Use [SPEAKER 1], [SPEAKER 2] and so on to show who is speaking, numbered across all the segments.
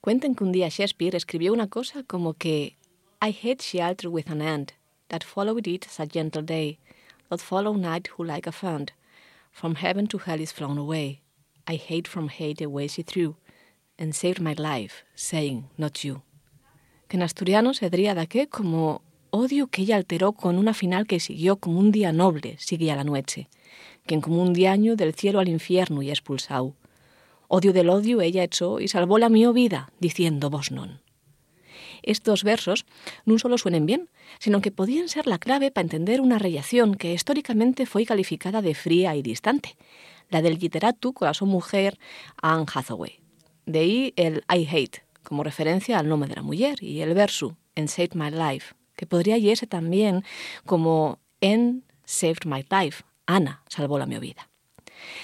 [SPEAKER 1] Cuentan que un día Shakespeare escribió una cosa como que I hate shelter with an end, that followed it as a gentle day, that follow night who like a fund, from heaven to hell is flown away. I hate from hate away she threw, and saved my life, saying, not you. Que en asturiano se diría de qué como odio que ella alteró con una final que siguió como un día noble, seguía la noche, quien como un diaño del cielo al infierno y expulsau. Odio del odio ella echó y salvó la mío vida, diciendo vos non. Estos versos no solo suenen bien, sino que podían ser la clave para entender una relación que históricamente fue calificada de fría y distante, la del literato corazón mujer Anne Hathaway. De ahí el I hate, como referencia al nombre de la mujer, y el verso, And Saved My Life, que podría irse también como En Saved My Life, Ana salvó la mi vida.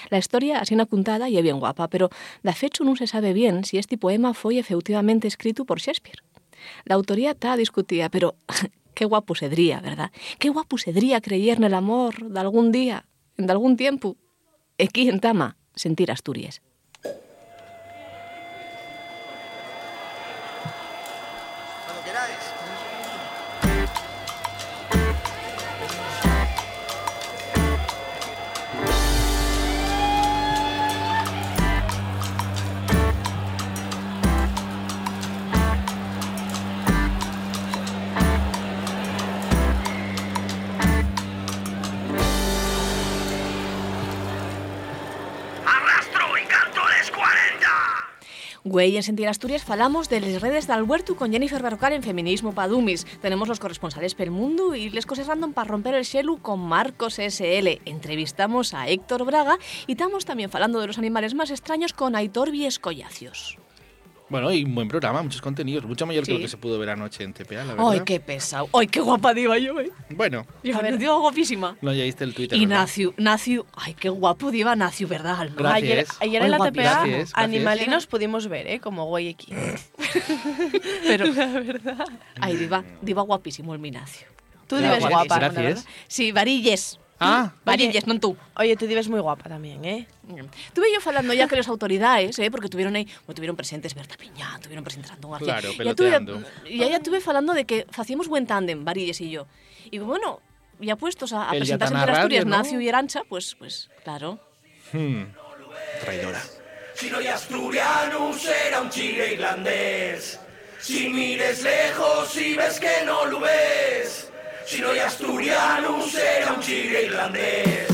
[SPEAKER 1] La historia así apuntada y é bien guapa, pero da fecho non se sabe bien si este poema foi efectivamente escrito por Shakespeare. La autoría está discutida, pero qué guapo sedría, verdad? Qué guapo sedría creer en el amor de algún día, de algún tiempo. Aquí en Tama, sentir Asturias. Güey, en Sentir Asturias falamos de las redes de Alberto con Jennifer Barrocal en Feminismo pa Dumis. Tenemos los corresponsales pel mundo y les cosas random para romper el xelu con Marcos SL. Entrevistamos a Héctor Braga y estamos también falando de los animales más extraños con Aitor Viescollacios.
[SPEAKER 2] Bueno, y un buen programa, muchos contenidos, mucho mayor que lo que se pudo ver anoche en TPA, la verdad.
[SPEAKER 1] ¡Ay, qué pesado! ¡Ay, qué guapa diva yo, eh!
[SPEAKER 2] Bueno,
[SPEAKER 1] Digo, digo guapísima.
[SPEAKER 2] no ya viste el Twitter.
[SPEAKER 1] Y
[SPEAKER 2] ¿verdad?
[SPEAKER 1] Nacio, Nacio, ay, qué guapo diva Nacio, ¿verdad, Alma?
[SPEAKER 2] Gracias.
[SPEAKER 3] Ayer, ayer en la
[SPEAKER 1] Ay,
[SPEAKER 3] TPA,
[SPEAKER 1] guapísimo.
[SPEAKER 2] Gracias, gracias.
[SPEAKER 3] animalinos pudimos ver, ¿eh? Como güey aquí.
[SPEAKER 1] Pero, Ay, diva, diva guapísimo el Minacio.
[SPEAKER 3] Tú
[SPEAKER 2] Claro,
[SPEAKER 3] dives
[SPEAKER 2] guap-
[SPEAKER 3] guapa.
[SPEAKER 2] gracias.
[SPEAKER 3] la verdad.
[SPEAKER 1] Sí, varilles.
[SPEAKER 2] Ah.
[SPEAKER 1] varilles, no tú.
[SPEAKER 3] Oye, tú dives muy guapa también, ¿eh?
[SPEAKER 1] Tuve yo falando ya que las autoridades, eh, porque tuvieron ahí, bueno, tuvieron presentes Berta Piñá, tuvieron presentes Antón García.
[SPEAKER 2] Claro,
[SPEAKER 1] Ya tuve-
[SPEAKER 2] peloteando.
[SPEAKER 1] Y ya tuve falando de que hacíamos buen tándem, Varilles y yo. Y bueno, ya puestos a, a
[SPEAKER 2] El
[SPEAKER 1] presentarse
[SPEAKER 2] Yatana
[SPEAKER 1] en Asturias,
[SPEAKER 2] Radio, ¿no?
[SPEAKER 1] Nacio y Arancha, pues, pues, claro.
[SPEAKER 2] Hmm. Traidora.
[SPEAKER 4] Si no hay asturiano, será un chile irlandés. Si mires lejos y ves que no lo ves. Si no hay asturiano, será un chile irlandés.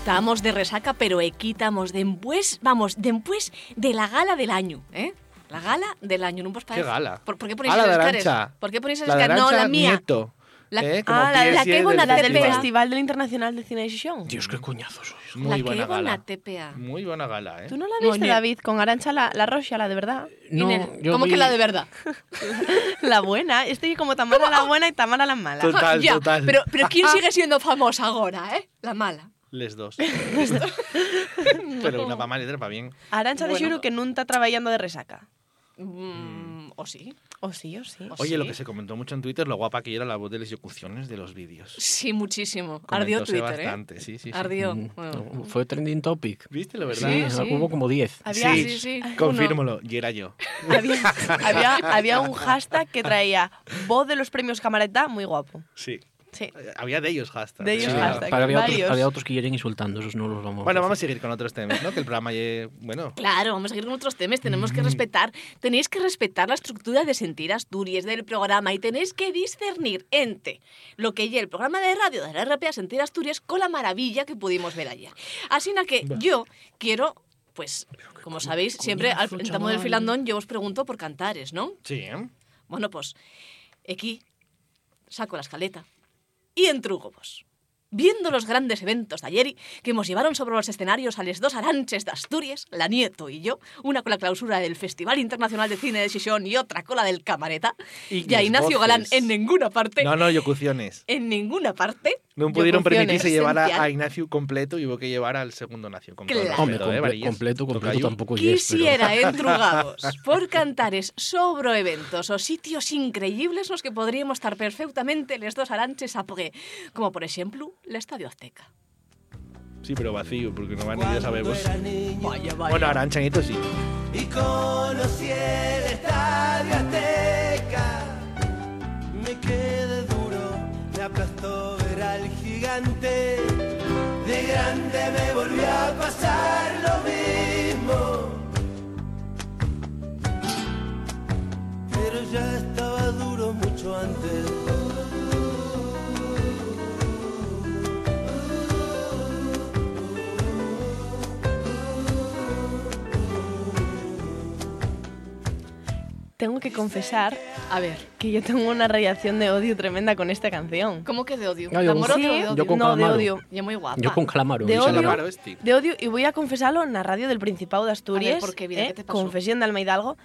[SPEAKER 1] Estamos de resaca, pero aquí estamos después, pues, vamos, después de la gala del año, ¿eh? La gala del año, no pues
[SPEAKER 2] ¿Qué gala?
[SPEAKER 1] ¿Por, por qué ponéis
[SPEAKER 2] Ah, la
[SPEAKER 1] esas
[SPEAKER 2] de
[SPEAKER 1] caras?
[SPEAKER 2] Arancha.
[SPEAKER 1] ¿Por qué ponéis
[SPEAKER 2] La
[SPEAKER 1] esas
[SPEAKER 2] de
[SPEAKER 1] caras? No, la
[SPEAKER 2] Arancha
[SPEAKER 1] mía.
[SPEAKER 2] Nieto.
[SPEAKER 1] La-
[SPEAKER 2] ¿eh? Como
[SPEAKER 3] ah, la, la
[SPEAKER 2] PSI
[SPEAKER 3] que buena la del
[SPEAKER 1] festival.
[SPEAKER 3] Festival del Internacional de Cine y Sesión.
[SPEAKER 2] Dios, qué coñazo sois.
[SPEAKER 1] La
[SPEAKER 2] Muy
[SPEAKER 1] que
[SPEAKER 2] buena
[SPEAKER 1] iba en la
[SPEAKER 2] gala.
[SPEAKER 1] TPA.
[SPEAKER 2] Muy buena gala, ¿eh?
[SPEAKER 3] ¿Tú no la
[SPEAKER 1] No,
[SPEAKER 3] viste,
[SPEAKER 1] ni-
[SPEAKER 3] David? Con Arancha la, la Roja, la de verdad.
[SPEAKER 5] No,
[SPEAKER 1] Inés,
[SPEAKER 5] yo
[SPEAKER 1] ¿Cómo
[SPEAKER 5] vi-
[SPEAKER 1] que la de verdad?
[SPEAKER 3] La buena. Estoy como Tamara la buena y Tamara la mala.
[SPEAKER 2] Tú- Total,
[SPEAKER 1] Ya,
[SPEAKER 2] total.
[SPEAKER 1] Pero, pero ¿quién sigue siendo famosa ahora, eh? La mala.
[SPEAKER 2] Les dos. Pero una pa' mal y otra pa' bien.
[SPEAKER 3] Arancha de
[SPEAKER 1] Bueno.
[SPEAKER 3] Xuru que nunca está trabajando de resaca.
[SPEAKER 1] Mm, ¿O sí?
[SPEAKER 3] O sí, o sí.
[SPEAKER 2] Oye,
[SPEAKER 1] ¿Ah, sí?
[SPEAKER 2] lo que se comentó mucho en Twitter, lo guapa que era la voz de las locuciones de los vídeos.
[SPEAKER 1] Sí, muchísimo. Ardió
[SPEAKER 2] Comentóse
[SPEAKER 1] Twitter, ¿eh?
[SPEAKER 2] bastante, sí, sí, sí.
[SPEAKER 1] Ardió.
[SPEAKER 5] Mm,
[SPEAKER 1] Bueno.
[SPEAKER 5] no, Fue trending topic.
[SPEAKER 2] ¿Viste la verdad?
[SPEAKER 5] Sí,
[SPEAKER 1] sí.
[SPEAKER 5] hubo como 10.
[SPEAKER 3] Había,
[SPEAKER 1] Sí, sí, sí.
[SPEAKER 2] Confírmalo, y era yo.
[SPEAKER 3] Había, había, había un hashtag que traía voz de los premios Camareta, muy guapo.
[SPEAKER 2] Sí.
[SPEAKER 3] Sí.
[SPEAKER 2] Había de ellos hashtag.
[SPEAKER 3] De ellos
[SPEAKER 2] Sí.
[SPEAKER 3] hashtag.
[SPEAKER 5] para- había, otros,
[SPEAKER 3] varios.
[SPEAKER 5] había otros que irían insultando, esos no los vamos
[SPEAKER 2] Bueno,
[SPEAKER 5] a
[SPEAKER 2] vamos a
[SPEAKER 5] decir.
[SPEAKER 2] seguir con otros temas, ¿no? Que el programa, ye- bueno,
[SPEAKER 1] Claro, vamos a seguir con otros temas. Tenemos que respetar, tenéis que respetar la estructura de sentir Asturias del programa y tenéis que discernir entre lo que lleva el programa de radio de la RPA Sentir Asturias con la maravilla que pudimos ver ayer. Así na que yo quiero, pues, como sabéis, siempre al
[SPEAKER 5] coñazo,
[SPEAKER 1] entamo del
[SPEAKER 5] chaval.
[SPEAKER 1] filandón yo os pregunto por cantares, ¿no?
[SPEAKER 2] sí, ¿eh?
[SPEAKER 1] Bueno, pues, aquí saco la escaleta y entrugo vos. Viendo los grandes eventos de ayer y que nos llevaron sobre los escenarios a los dos aranches de Asturias, la Nieto y yo, una con la clausura del Festival Internacional de Cine de Sesión y otra con la del Camareta,
[SPEAKER 2] Y
[SPEAKER 1] y a
[SPEAKER 2] las
[SPEAKER 1] Ignacio Galán
[SPEAKER 2] voces.
[SPEAKER 1] en ninguna parte,
[SPEAKER 2] No, no, locuciones.
[SPEAKER 1] en ninguna parte,
[SPEAKER 2] No pudieron
[SPEAKER 3] Locuciones,
[SPEAKER 2] permitirse llevar a,
[SPEAKER 1] esencial.
[SPEAKER 2] a Ignacio completo y hubo que llevar al segundo Nacio. Con todo el
[SPEAKER 1] Claro.
[SPEAKER 5] Hombre,
[SPEAKER 2] respeto, ¿eh,
[SPEAKER 5] comple-
[SPEAKER 2] Varillas?
[SPEAKER 5] completo, completo
[SPEAKER 2] Tocayo.
[SPEAKER 5] tampoco yes, pero-
[SPEAKER 1] quisiera entrugados por cantares sobre eventos o sitios increíbles los que podríamos estar perfectamente los dos aranches a pie, como por ejemplo el Estadio Azteca.
[SPEAKER 2] Sí, pero vacío, porque no van ellos, sabemos.
[SPEAKER 4] Cuando era niño
[SPEAKER 2] Bueno, Arancha Nieto sí.
[SPEAKER 4] y conocí el que me volvió a pasar lo mismo. Pero ya estaba duro mucho antes.
[SPEAKER 3] Tengo que confesar
[SPEAKER 1] A ver,
[SPEAKER 3] que yo tengo una radiación de odio tremenda con esta canción.
[SPEAKER 1] ¿cómo que de odio?
[SPEAKER 5] No, yo-
[SPEAKER 1] ¿De amor o
[SPEAKER 3] Sí,
[SPEAKER 1] de odio?
[SPEAKER 5] yo con
[SPEAKER 3] no, de
[SPEAKER 5] Calamaro.
[SPEAKER 3] odio.
[SPEAKER 1] Yo muy guapa.
[SPEAKER 5] Yo con Calamaro.
[SPEAKER 3] De
[SPEAKER 5] y
[SPEAKER 3] odio.
[SPEAKER 5] Calamaro.
[SPEAKER 2] este.
[SPEAKER 3] De odio, y voy a confesarlo en la radio del Principado de Asturias.
[SPEAKER 1] A ver, ¿por qué, vida?
[SPEAKER 3] ¿eh?
[SPEAKER 1] ¿Qué te pasó?
[SPEAKER 3] Confesión de Alma Hidalgo.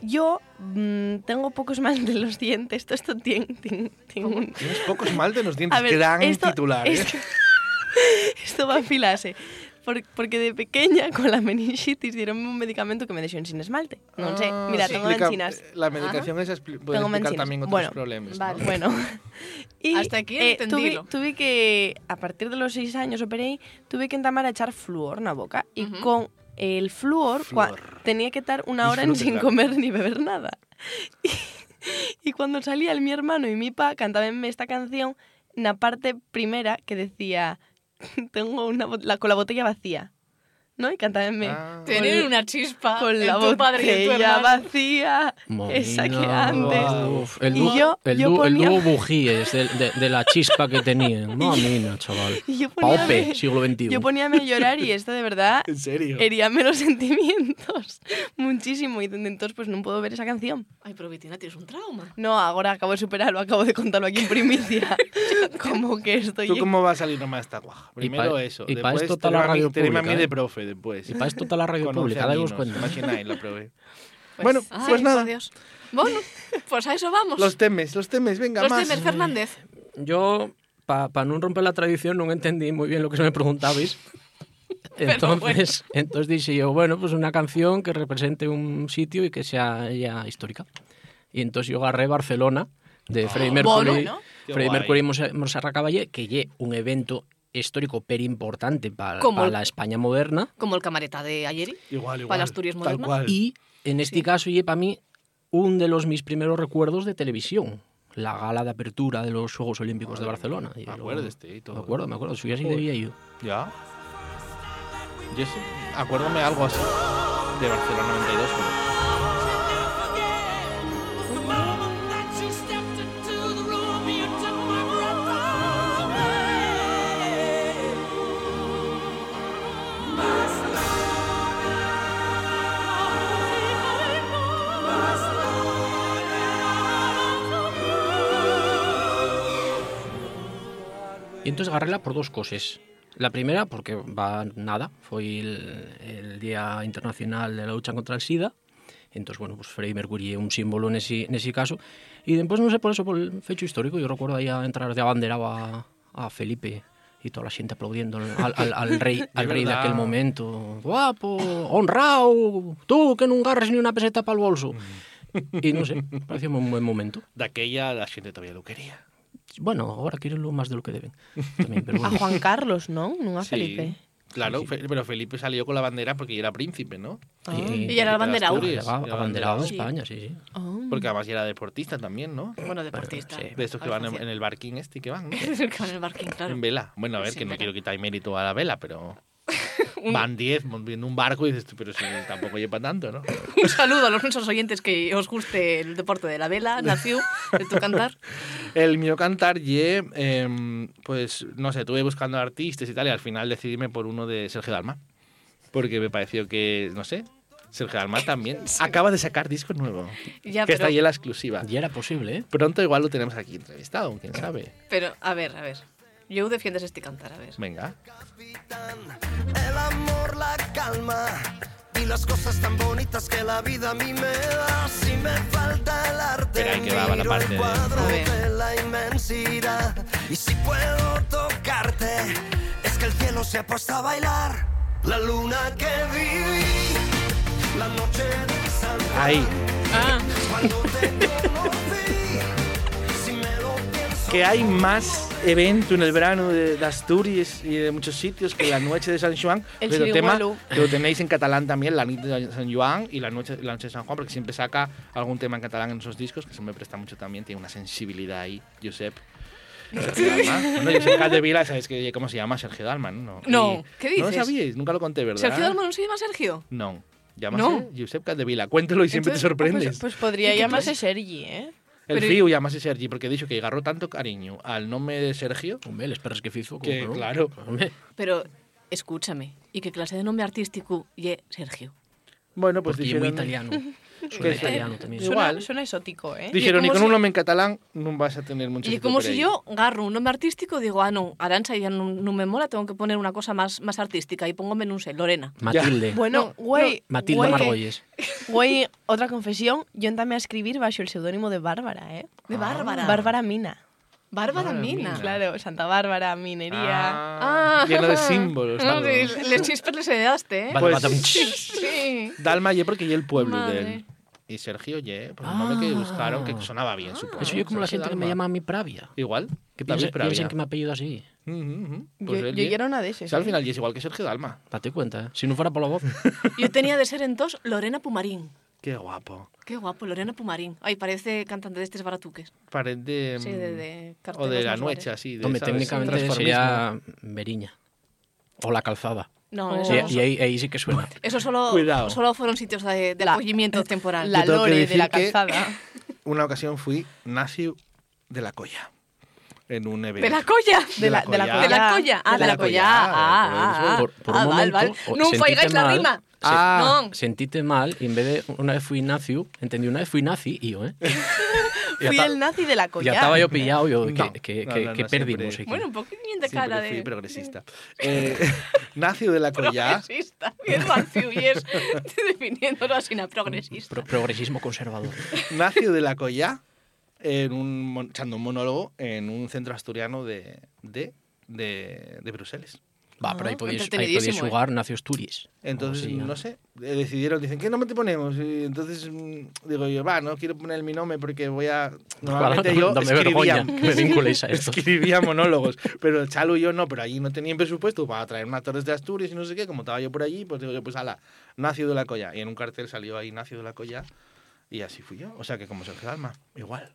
[SPEAKER 3] Yo mm, tengo pocos mal de los dientes. Esto, esto tiene, tiene- tiene un-
[SPEAKER 2] Tienes pocos mal de los dientes.
[SPEAKER 3] A ver,
[SPEAKER 2] Gran
[SPEAKER 3] esto-
[SPEAKER 2] titular. ¿eh?
[SPEAKER 3] esto- esto va en filase. porque de pequeña, con la meningitis, dieronme un medicamento que me dejó sin esmalte. No sé,
[SPEAKER 2] Ah,
[SPEAKER 3] mira,
[SPEAKER 2] sí.
[SPEAKER 3] tengo
[SPEAKER 2] Explica-
[SPEAKER 3] manchinas.
[SPEAKER 2] La medicación es expli- puede
[SPEAKER 3] Tengo
[SPEAKER 2] explicar
[SPEAKER 3] manchinas.
[SPEAKER 2] también otros
[SPEAKER 3] Bueno, pues,
[SPEAKER 2] problemas. ¿no?
[SPEAKER 1] vale.
[SPEAKER 3] Bueno, y,
[SPEAKER 1] Hasta aquí
[SPEAKER 3] eh, tuve,
[SPEAKER 1] entendido.
[SPEAKER 3] tuve que, a partir de los seis años operé, tuve que entamar a echar flúor en la boca. Y
[SPEAKER 1] Ujú.
[SPEAKER 3] con el flúor, cua-
[SPEAKER 2] Flúor.
[SPEAKER 3] tenía que estar una hora en sin
[SPEAKER 2] Disfrútela.
[SPEAKER 3] comer ni beber nada. Y, y cuando salía el- mi hermano y mi pa, cantaban esta canción, en la parte primera que decía, tengo una bot- la, con la botella vacía. ¿No? Y cantaban
[SPEAKER 2] Ah.
[SPEAKER 1] Tener una chispa
[SPEAKER 3] con
[SPEAKER 1] Ah, en
[SPEAKER 3] la
[SPEAKER 1] tu padre y en tu
[SPEAKER 3] botella
[SPEAKER 1] hermano.
[SPEAKER 3] vacía, esa que
[SPEAKER 5] Molina,
[SPEAKER 3] antes.
[SPEAKER 2] guau.
[SPEAKER 5] uf, el
[SPEAKER 3] Y
[SPEAKER 5] dúo,
[SPEAKER 3] yo-
[SPEAKER 5] el
[SPEAKER 3] yo
[SPEAKER 5] dúo- el
[SPEAKER 3] ponía-
[SPEAKER 5] dúo bujíes de, de- de la chispa que tenían. Mamina, chaval.
[SPEAKER 3] Y yo ponía
[SPEAKER 5] Pope,
[SPEAKER 3] de-
[SPEAKER 5] siglo XXI.
[SPEAKER 3] Yo poníame a llorar y esto de verdad
[SPEAKER 2] En serio.
[SPEAKER 3] heríame los sentimientos muchísimo y entonces pues no puedo ver esa canción.
[SPEAKER 1] Ay, pero Betina, tienes un trauma. Pues,
[SPEAKER 3] No, ahora acabo de superarlo, acabo de contarlo aquí en primicia. como que estoy...
[SPEAKER 2] ¿Tú cómo vas a salir nomás esta guaja?
[SPEAKER 5] Y
[SPEAKER 2] Primero
[SPEAKER 5] pa-
[SPEAKER 2] eso.
[SPEAKER 5] y pa
[SPEAKER 2] después
[SPEAKER 5] esto está
[SPEAKER 2] teneme
[SPEAKER 5] la
[SPEAKER 2] a mí-
[SPEAKER 5] radio
[SPEAKER 2] teneme a
[SPEAKER 5] pública,
[SPEAKER 2] mí de
[SPEAKER 5] ¿eh?
[SPEAKER 2] profe después.
[SPEAKER 5] Y para esto está la radio
[SPEAKER 2] Conoce
[SPEAKER 5] pública,
[SPEAKER 2] a
[SPEAKER 5] daos
[SPEAKER 2] Ninos,
[SPEAKER 5] cuenta.
[SPEAKER 2] imagináis la probé.
[SPEAKER 1] Pues,
[SPEAKER 2] Bueno,
[SPEAKER 1] ay,
[SPEAKER 2] pues nada.
[SPEAKER 1] por Dios. Bueno, pues a eso vamos.
[SPEAKER 2] Los temes, los temes, venga,
[SPEAKER 1] Los
[SPEAKER 2] más.
[SPEAKER 1] temes, Fernández.
[SPEAKER 5] Yo, para no romper la tradición, no entendí muy bien lo que se me preguntabais. Entonces, entonces dije yo, bueno, pues una canción que represente un sitio y que sea ya histórica. Y entonces yo agarré Barcelona de Freddie Mercury,
[SPEAKER 3] Bono, ¿no?
[SPEAKER 2] Qué
[SPEAKER 5] Freddie
[SPEAKER 2] guai.
[SPEAKER 5] Mercury y Montse- Montserrat Caballé, que lle un evento histórico perimportante para
[SPEAKER 1] Como el-
[SPEAKER 5] la España moderna.
[SPEAKER 1] Como el camareta de ayer.
[SPEAKER 2] Igual, igual.
[SPEAKER 1] Para las Asturias
[SPEAKER 2] tal
[SPEAKER 1] modernas.
[SPEAKER 2] cual.
[SPEAKER 5] Y en este caso, y para mí, un de los mis primeros recuerdos de televisión. La gala de apertura de los Juegos Olímpicos de Barcelona. Y luego-
[SPEAKER 2] acuérdeste y todo.
[SPEAKER 5] Me acuerdo, me acuerdo. Soy así de
[SPEAKER 2] Joder.
[SPEAKER 5] viejo.
[SPEAKER 2] ¿Ya? Yo sí. Acuérdame algo así de Barcelona 92. pero-
[SPEAKER 5] Y entonces agarréla por dos cosas. La primera, porque va nada, fue el, el Día Internacional de la Lucha contra el SIDA. Entonces, bueno, pues Freddie Mercury é un símbolo en ese, en ese caso. Y después, no sé, por eso, por el fecho histórico, yo recuerdo ahí a entrar de abanderado a, a Felipe y toda la gente aplaudiendo al, al- al rey, al
[SPEAKER 2] De
[SPEAKER 5] rey de
[SPEAKER 2] verdad.
[SPEAKER 5] aquel momento. Guapo, honrado, tú que no agarres ni una peseta para el bolso.
[SPEAKER 3] Mm.
[SPEAKER 5] Y no sé, pareció un buen momento.
[SPEAKER 2] De aquella la gente todavía lo quería.
[SPEAKER 5] Bueno, ahora quieren lo más de lo que deben. También, pero
[SPEAKER 3] A
[SPEAKER 5] bueno.
[SPEAKER 3] Juan Carlos, ¿no? No
[SPEAKER 1] Ah,
[SPEAKER 3] a Felipe.
[SPEAKER 2] Claro, Fe- pero Felipe salió con la bandera porque ya era príncipe, ¿no?
[SPEAKER 5] Y-
[SPEAKER 1] Y era
[SPEAKER 2] Príncipe de
[SPEAKER 1] abanderado.
[SPEAKER 2] Asturias,
[SPEAKER 5] Abanderado,
[SPEAKER 2] era
[SPEAKER 5] abanderado de
[SPEAKER 2] abanderado.
[SPEAKER 5] España, sí, sí.
[SPEAKER 3] Oh.
[SPEAKER 2] Porque además era deportista también, ¿no?
[SPEAKER 1] Bueno, deportista.
[SPEAKER 5] sí.
[SPEAKER 2] De estos que van en, en el barquín este que van, ¿no?
[SPEAKER 1] el... Con el barquín, claro.
[SPEAKER 2] En vela. Bueno, a ver,
[SPEAKER 1] Sí,
[SPEAKER 2] que no
[SPEAKER 1] vela.
[SPEAKER 2] quiero quitar mérito a la vela, pero... Van 10 viendo un barco y dices, tú, pero si tampoco lleva tanto, ¿no?
[SPEAKER 1] Un saludo a los nuestros oyentes que os guste el deporte de la vela, nació, de tu cantar.
[SPEAKER 2] El mío cantar, ye, em, pues no sé, estuve buscando artistas y tal, y al final decidíme por uno de Sergio Dalma. Porque me pareció que, no sé, Sergio Dalma también acaba de sacar disco nuevo.
[SPEAKER 1] Ya,
[SPEAKER 2] que
[SPEAKER 1] pero-
[SPEAKER 2] está ahí en la exclusiva.
[SPEAKER 5] Y era posible, ¿eh?
[SPEAKER 2] Pronto igual lo tenemos aquí entrevistado, quién sabe.
[SPEAKER 1] Pero, a ver, a ver. Yo defiendes este cantar, a ver.
[SPEAKER 2] Venga.
[SPEAKER 6] El amor, la calma y las cosas tan bonitas que la vida a mí me da. Si me falta el arte,
[SPEAKER 2] Espera, ahí que va la
[SPEAKER 6] miro
[SPEAKER 2] parte
[SPEAKER 6] el
[SPEAKER 2] de-
[SPEAKER 6] cuadro
[SPEAKER 1] A ver.
[SPEAKER 6] de la inmensidad. Y si puedo tocarte, es que el cielo se ha puesto a bailar. La luna que viví, la noche de San
[SPEAKER 2] Ahí.
[SPEAKER 1] Ah,
[SPEAKER 6] cuando te conocí. Si me lo pienso,
[SPEAKER 2] Que hay más evento en el verano de, de Asturias y de muchos sitios que la noche de San Juan.
[SPEAKER 3] El
[SPEAKER 2] pero tema
[SPEAKER 3] Chirigualo.
[SPEAKER 2] que lo tenéis en catalán también, la noche de San Juan y la noche, la noche de San Juan, porque siempre saca algún tema en catalán en sus discos, que eso me presta mucho también, tiene una sensibilidad ahí, Josep. Sergio Dalma. Bueno, y el alcalde de Vila, ¿sabéis que, cómo se llama? Sergio Dalma, ¿no?
[SPEAKER 1] No,
[SPEAKER 2] Y-
[SPEAKER 1] ¿qué dices?
[SPEAKER 2] No lo sabíais, nunca lo conté, ¿verdad?
[SPEAKER 1] Sergio Dalma no se llama Sergio.
[SPEAKER 2] No. Llámase
[SPEAKER 1] No.
[SPEAKER 2] Giuseppe Caldevila. Cuéntelo y siempre
[SPEAKER 1] Entonces,
[SPEAKER 2] te sorprendes.
[SPEAKER 3] Pues, pues podría
[SPEAKER 1] ¿Y qué
[SPEAKER 3] llamarse
[SPEAKER 1] pasa?
[SPEAKER 3] Sergi, ¿eh?
[SPEAKER 2] el
[SPEAKER 1] pero-
[SPEAKER 2] FIU llámase Sergi porque he dicho que agarró tanto cariño al nombre de Sergio.
[SPEAKER 5] Hombre, les perras que fizo.
[SPEAKER 2] Que,
[SPEAKER 5] como
[SPEAKER 2] claro.
[SPEAKER 5] Hombre,
[SPEAKER 1] Pero escúchame, ¿y qué clase de nombre artístico y Sergio?
[SPEAKER 2] Bueno, pues
[SPEAKER 5] porque es muy
[SPEAKER 2] dijeron...
[SPEAKER 5] italiano.
[SPEAKER 2] Que
[SPEAKER 5] Suena
[SPEAKER 2] sí.
[SPEAKER 5] italiano también.
[SPEAKER 2] Igual.
[SPEAKER 3] Suena, suena exótico, ¿eh?
[SPEAKER 2] Dijeron,
[SPEAKER 1] ¿Y
[SPEAKER 2] y
[SPEAKER 1] cómo
[SPEAKER 2] con
[SPEAKER 1] se-
[SPEAKER 2] un nombre en catalán no vas a tener mucho
[SPEAKER 1] Y es
[SPEAKER 2] éxito
[SPEAKER 1] como
[SPEAKER 2] por
[SPEAKER 1] si
[SPEAKER 2] ahí".
[SPEAKER 1] yo agarro un nombre artístico y digo, ah, no, Arancha ya no, no me mola, tengo que poner una cosa más, más artística y póngame en un sé, Lorena.
[SPEAKER 5] Matilde.
[SPEAKER 3] Bueno, güey.
[SPEAKER 5] Matilde
[SPEAKER 3] güey,
[SPEAKER 5] Margolles.
[SPEAKER 3] Güey, otra confesión. Yo también a escribir bajo el seudónimo de Bárbara, ¿eh?
[SPEAKER 1] De Bárbara.
[SPEAKER 3] Bárbara Mina.
[SPEAKER 1] Bárbara
[SPEAKER 2] Bárbara
[SPEAKER 1] Mina.
[SPEAKER 2] Mina.
[SPEAKER 3] Claro, Santa Bárbara, minería.
[SPEAKER 2] Ah, lleno de símbolos.
[SPEAKER 1] No,
[SPEAKER 2] todo.
[SPEAKER 1] sí, les chispas les heredaste, ¿eh?
[SPEAKER 5] Vale,
[SPEAKER 2] Pues-
[SPEAKER 5] batam-
[SPEAKER 1] Sí.
[SPEAKER 2] Dalma ye porque ye el pueblo
[SPEAKER 1] Madre.
[SPEAKER 2] de él. Y Sergio ye, por un nombre que
[SPEAKER 5] Ah.
[SPEAKER 2] buscaron que sonaba bien, supongo.
[SPEAKER 5] Eso yo como la
[SPEAKER 2] Sergio
[SPEAKER 5] gente que me
[SPEAKER 2] Dalma.
[SPEAKER 5] llama a mí Pravia.
[SPEAKER 2] Igual,
[SPEAKER 5] Que
[SPEAKER 2] David
[SPEAKER 5] piensa-
[SPEAKER 2] Pravia.
[SPEAKER 5] piensan que me apellido así.
[SPEAKER 2] Ujú, ujú.
[SPEAKER 3] Yo,
[SPEAKER 2] Pues
[SPEAKER 3] yo
[SPEAKER 2] él
[SPEAKER 3] ya
[SPEAKER 2] ye-
[SPEAKER 3] era una de
[SPEAKER 2] o
[SPEAKER 3] esas.
[SPEAKER 2] sea, al
[SPEAKER 3] ¿eh?
[SPEAKER 2] final ye es igual que Sergio Dalma.
[SPEAKER 5] Date cuenta, ¿eh? Si no fuera por la voz.
[SPEAKER 1] Yo tenía de ser entonces Lorena Pumarín.
[SPEAKER 2] Qué guapo.
[SPEAKER 1] Qué guapo, Lorena Pumarín. Ay, parece cantante de estos baratuques.
[SPEAKER 2] Parece...
[SPEAKER 1] Sí, de, de
[SPEAKER 2] mm, o
[SPEAKER 1] carteles
[SPEAKER 2] de la
[SPEAKER 1] más
[SPEAKER 2] noche,
[SPEAKER 1] bares.
[SPEAKER 2] así. De,
[SPEAKER 5] Hombre,
[SPEAKER 2] ¿sabes?
[SPEAKER 5] técnicamente
[SPEAKER 2] Transformismo. Pues
[SPEAKER 5] sería Beriña. O la calzada.
[SPEAKER 1] No,
[SPEAKER 3] Oh.
[SPEAKER 1] eso,
[SPEAKER 5] Sí, y ahí, ahí sí que suena.
[SPEAKER 1] eso solo,
[SPEAKER 2] Cuidado.
[SPEAKER 1] solo fueron sitios de, de
[SPEAKER 3] La-
[SPEAKER 1] acogimiento temporal.
[SPEAKER 3] La
[SPEAKER 2] Yo tengo que
[SPEAKER 3] Lore de
[SPEAKER 2] decir
[SPEAKER 3] la
[SPEAKER 2] que-
[SPEAKER 3] calzada.
[SPEAKER 2] Una ocasión fui nazi de la colla. En un evento.
[SPEAKER 1] ¿De la colla?
[SPEAKER 2] De la
[SPEAKER 3] de la
[SPEAKER 2] colla.
[SPEAKER 1] ¿De la colla? Ah, de, la colla. Ah, ah, ah.
[SPEAKER 5] Por- por un
[SPEAKER 1] Ah, vale,
[SPEAKER 5] momento,
[SPEAKER 1] vale.
[SPEAKER 5] o-
[SPEAKER 1] No
[SPEAKER 5] sentite
[SPEAKER 1] faigáis la
[SPEAKER 5] mal.
[SPEAKER 1] rima.
[SPEAKER 5] Sí.
[SPEAKER 2] Ah.
[SPEAKER 1] No.
[SPEAKER 5] Sentite mal, y en vez de una vez fui nacio, entendí una vez fui nazi, y yo, ¿eh? Ya
[SPEAKER 3] Fui
[SPEAKER 5] ta-
[SPEAKER 3] el nazi de la
[SPEAKER 5] Ya
[SPEAKER 3] collar.
[SPEAKER 5] estaba yo pillado, yo,
[SPEAKER 2] No,
[SPEAKER 5] que, que,
[SPEAKER 2] no,
[SPEAKER 5] que-
[SPEAKER 2] no,
[SPEAKER 5] que
[SPEAKER 2] no,
[SPEAKER 5] perdimos
[SPEAKER 2] siempre-
[SPEAKER 5] aquí.
[SPEAKER 1] Bueno, un poquillo de
[SPEAKER 2] Siempre
[SPEAKER 1] cara
[SPEAKER 2] fui
[SPEAKER 1] de...
[SPEAKER 2] progresista. Eh, nazi de la colla.
[SPEAKER 1] Progresista. Bien, Marcio, y es definiéndolo así, una progresista.
[SPEAKER 5] Pro- progresismo conservador.
[SPEAKER 2] Nacio de la Collá, en un, mon- echando un monólogo en un centro asturiano de, de, de, de Bruselas.
[SPEAKER 5] Va, pero ahí
[SPEAKER 1] Ah,
[SPEAKER 5] podías, ahí podías
[SPEAKER 1] entretenidísimo, ¿eh?
[SPEAKER 5] jugar nacio Asturias.
[SPEAKER 2] Entonces,
[SPEAKER 5] Como se llama.
[SPEAKER 2] no sé, eh, decidieron, dicen, ¿qué nombre te ponemos? Y entonces mm, digo yo, va, no quiero poner mi nombre porque voy a... Normalmente
[SPEAKER 5] Dame-
[SPEAKER 2] yo
[SPEAKER 5] dame
[SPEAKER 2] escribía,
[SPEAKER 5] vergüenza que me vinculéis a esto.
[SPEAKER 2] escribía monólogos, pero Chalo y yo no, pero allí no tenían presupuesto para traer una Torres de Asturias y no sé qué, como estaba yo por allí, pues digo yo, pues ala, Nacio de la Colla. Y en un cartel salió ahí Nacio de la Colla y así fui yo. O sea que como Sergio Dalma, igual.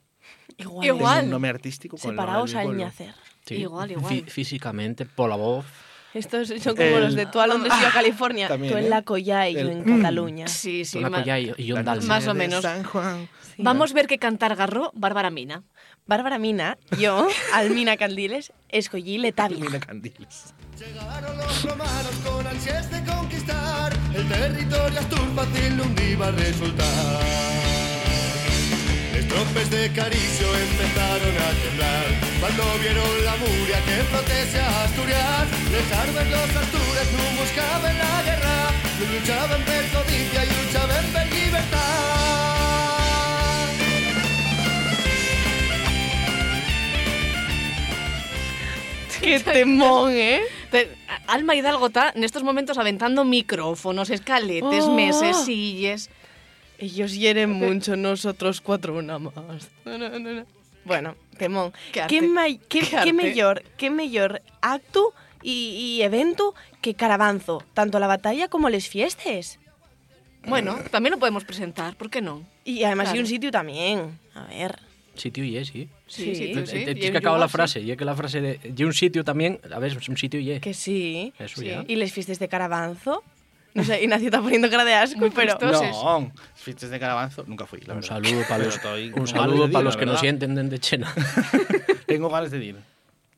[SPEAKER 3] Igual.
[SPEAKER 1] Igual.
[SPEAKER 2] Tenía un nombre artístico con el nombre
[SPEAKER 3] Separaos
[SPEAKER 2] del
[SPEAKER 3] al
[SPEAKER 2] pueblo.
[SPEAKER 3] ñacer.
[SPEAKER 5] Sí.
[SPEAKER 1] Igual, igual.
[SPEAKER 5] Fí- físicamente, por la voz.
[SPEAKER 3] Estos son como
[SPEAKER 2] El-
[SPEAKER 3] los de tú a Londres y yo a California.
[SPEAKER 2] También,
[SPEAKER 3] tú en
[SPEAKER 2] ¿eh?
[SPEAKER 3] la collar y yo
[SPEAKER 2] El-
[SPEAKER 3] en Cataluña.
[SPEAKER 1] Sí, sí.
[SPEAKER 5] una
[SPEAKER 1] ma-
[SPEAKER 5] colla y, y un
[SPEAKER 2] La
[SPEAKER 5] dalma.
[SPEAKER 2] noche
[SPEAKER 1] Más o
[SPEAKER 2] de
[SPEAKER 1] menos.
[SPEAKER 2] San Juan.
[SPEAKER 1] Vamos a ver qué cantar garró Bárbara Mina.
[SPEAKER 3] Bárbara Mina, yo, Almina Candiles, escogí Letavia.
[SPEAKER 2] Mira candiles.
[SPEAKER 7] Llegaron los romanos con ansias de conquistar el territorio Astur fácil un día iba a resultar. Los trompes de Caricio empezaron a temblar cuando vieron la muria que protege a Asturias. Dejarme los Astures no buscaban la guerra, no luchaban por codicia y luchaban por libertad.
[SPEAKER 3] ¡Qué temón, eh!
[SPEAKER 1] Pero, a- Alma Hidalgo está en estos momentos aventando micrófonos, escaletes,
[SPEAKER 3] Oh.
[SPEAKER 1] meses, sillas.
[SPEAKER 3] Ellos hieren mucho, nosotros cuatro una más. No, no, no, no. Bueno, temón.
[SPEAKER 1] Qué
[SPEAKER 3] Qué,
[SPEAKER 1] arte.
[SPEAKER 3] mai- qué,
[SPEAKER 1] Qué
[SPEAKER 3] qué
[SPEAKER 1] arte.
[SPEAKER 3] mellor, qué mellor acto y, y evento que Carabanzo, tanto la batalla como les fiestes.
[SPEAKER 1] Bueno,
[SPEAKER 5] Eh.
[SPEAKER 1] también lo podemos presentar, ¿por qué no?
[SPEAKER 3] Y además
[SPEAKER 1] Claro.
[SPEAKER 3] y un sitio también. A ver.
[SPEAKER 5] Sí, tío, y es, sí.
[SPEAKER 1] Sí, sí,
[SPEAKER 5] Eh,
[SPEAKER 1] sí.
[SPEAKER 5] eh,
[SPEAKER 1] y
[SPEAKER 5] Es
[SPEAKER 1] el
[SPEAKER 5] que acaba la
[SPEAKER 1] yugo, sí.
[SPEAKER 5] frase, y es que la frase de... Y un sitio también, a ver, es un sitio y es.
[SPEAKER 3] Que sí.
[SPEAKER 5] Eso
[SPEAKER 1] Sí.
[SPEAKER 5] ya.
[SPEAKER 3] Y les fiestes de Carabanzo. No sé, Ignacio está poniendo cara de asco, pero...
[SPEAKER 1] triste. Entonces-
[SPEAKER 2] no, fiestas de calabanzo, nunca fui. La
[SPEAKER 5] Un
[SPEAKER 2] verdad.
[SPEAKER 5] saludo para
[SPEAKER 2] Pero
[SPEAKER 5] los,
[SPEAKER 2] estoy
[SPEAKER 5] un
[SPEAKER 2] con
[SPEAKER 5] saludo
[SPEAKER 2] ganas de
[SPEAKER 5] para
[SPEAKER 2] ir,
[SPEAKER 5] los
[SPEAKER 2] la
[SPEAKER 5] que nos
[SPEAKER 2] verdad.
[SPEAKER 5] entienden de Chena.
[SPEAKER 2] Tengo ganas de ir. Tengo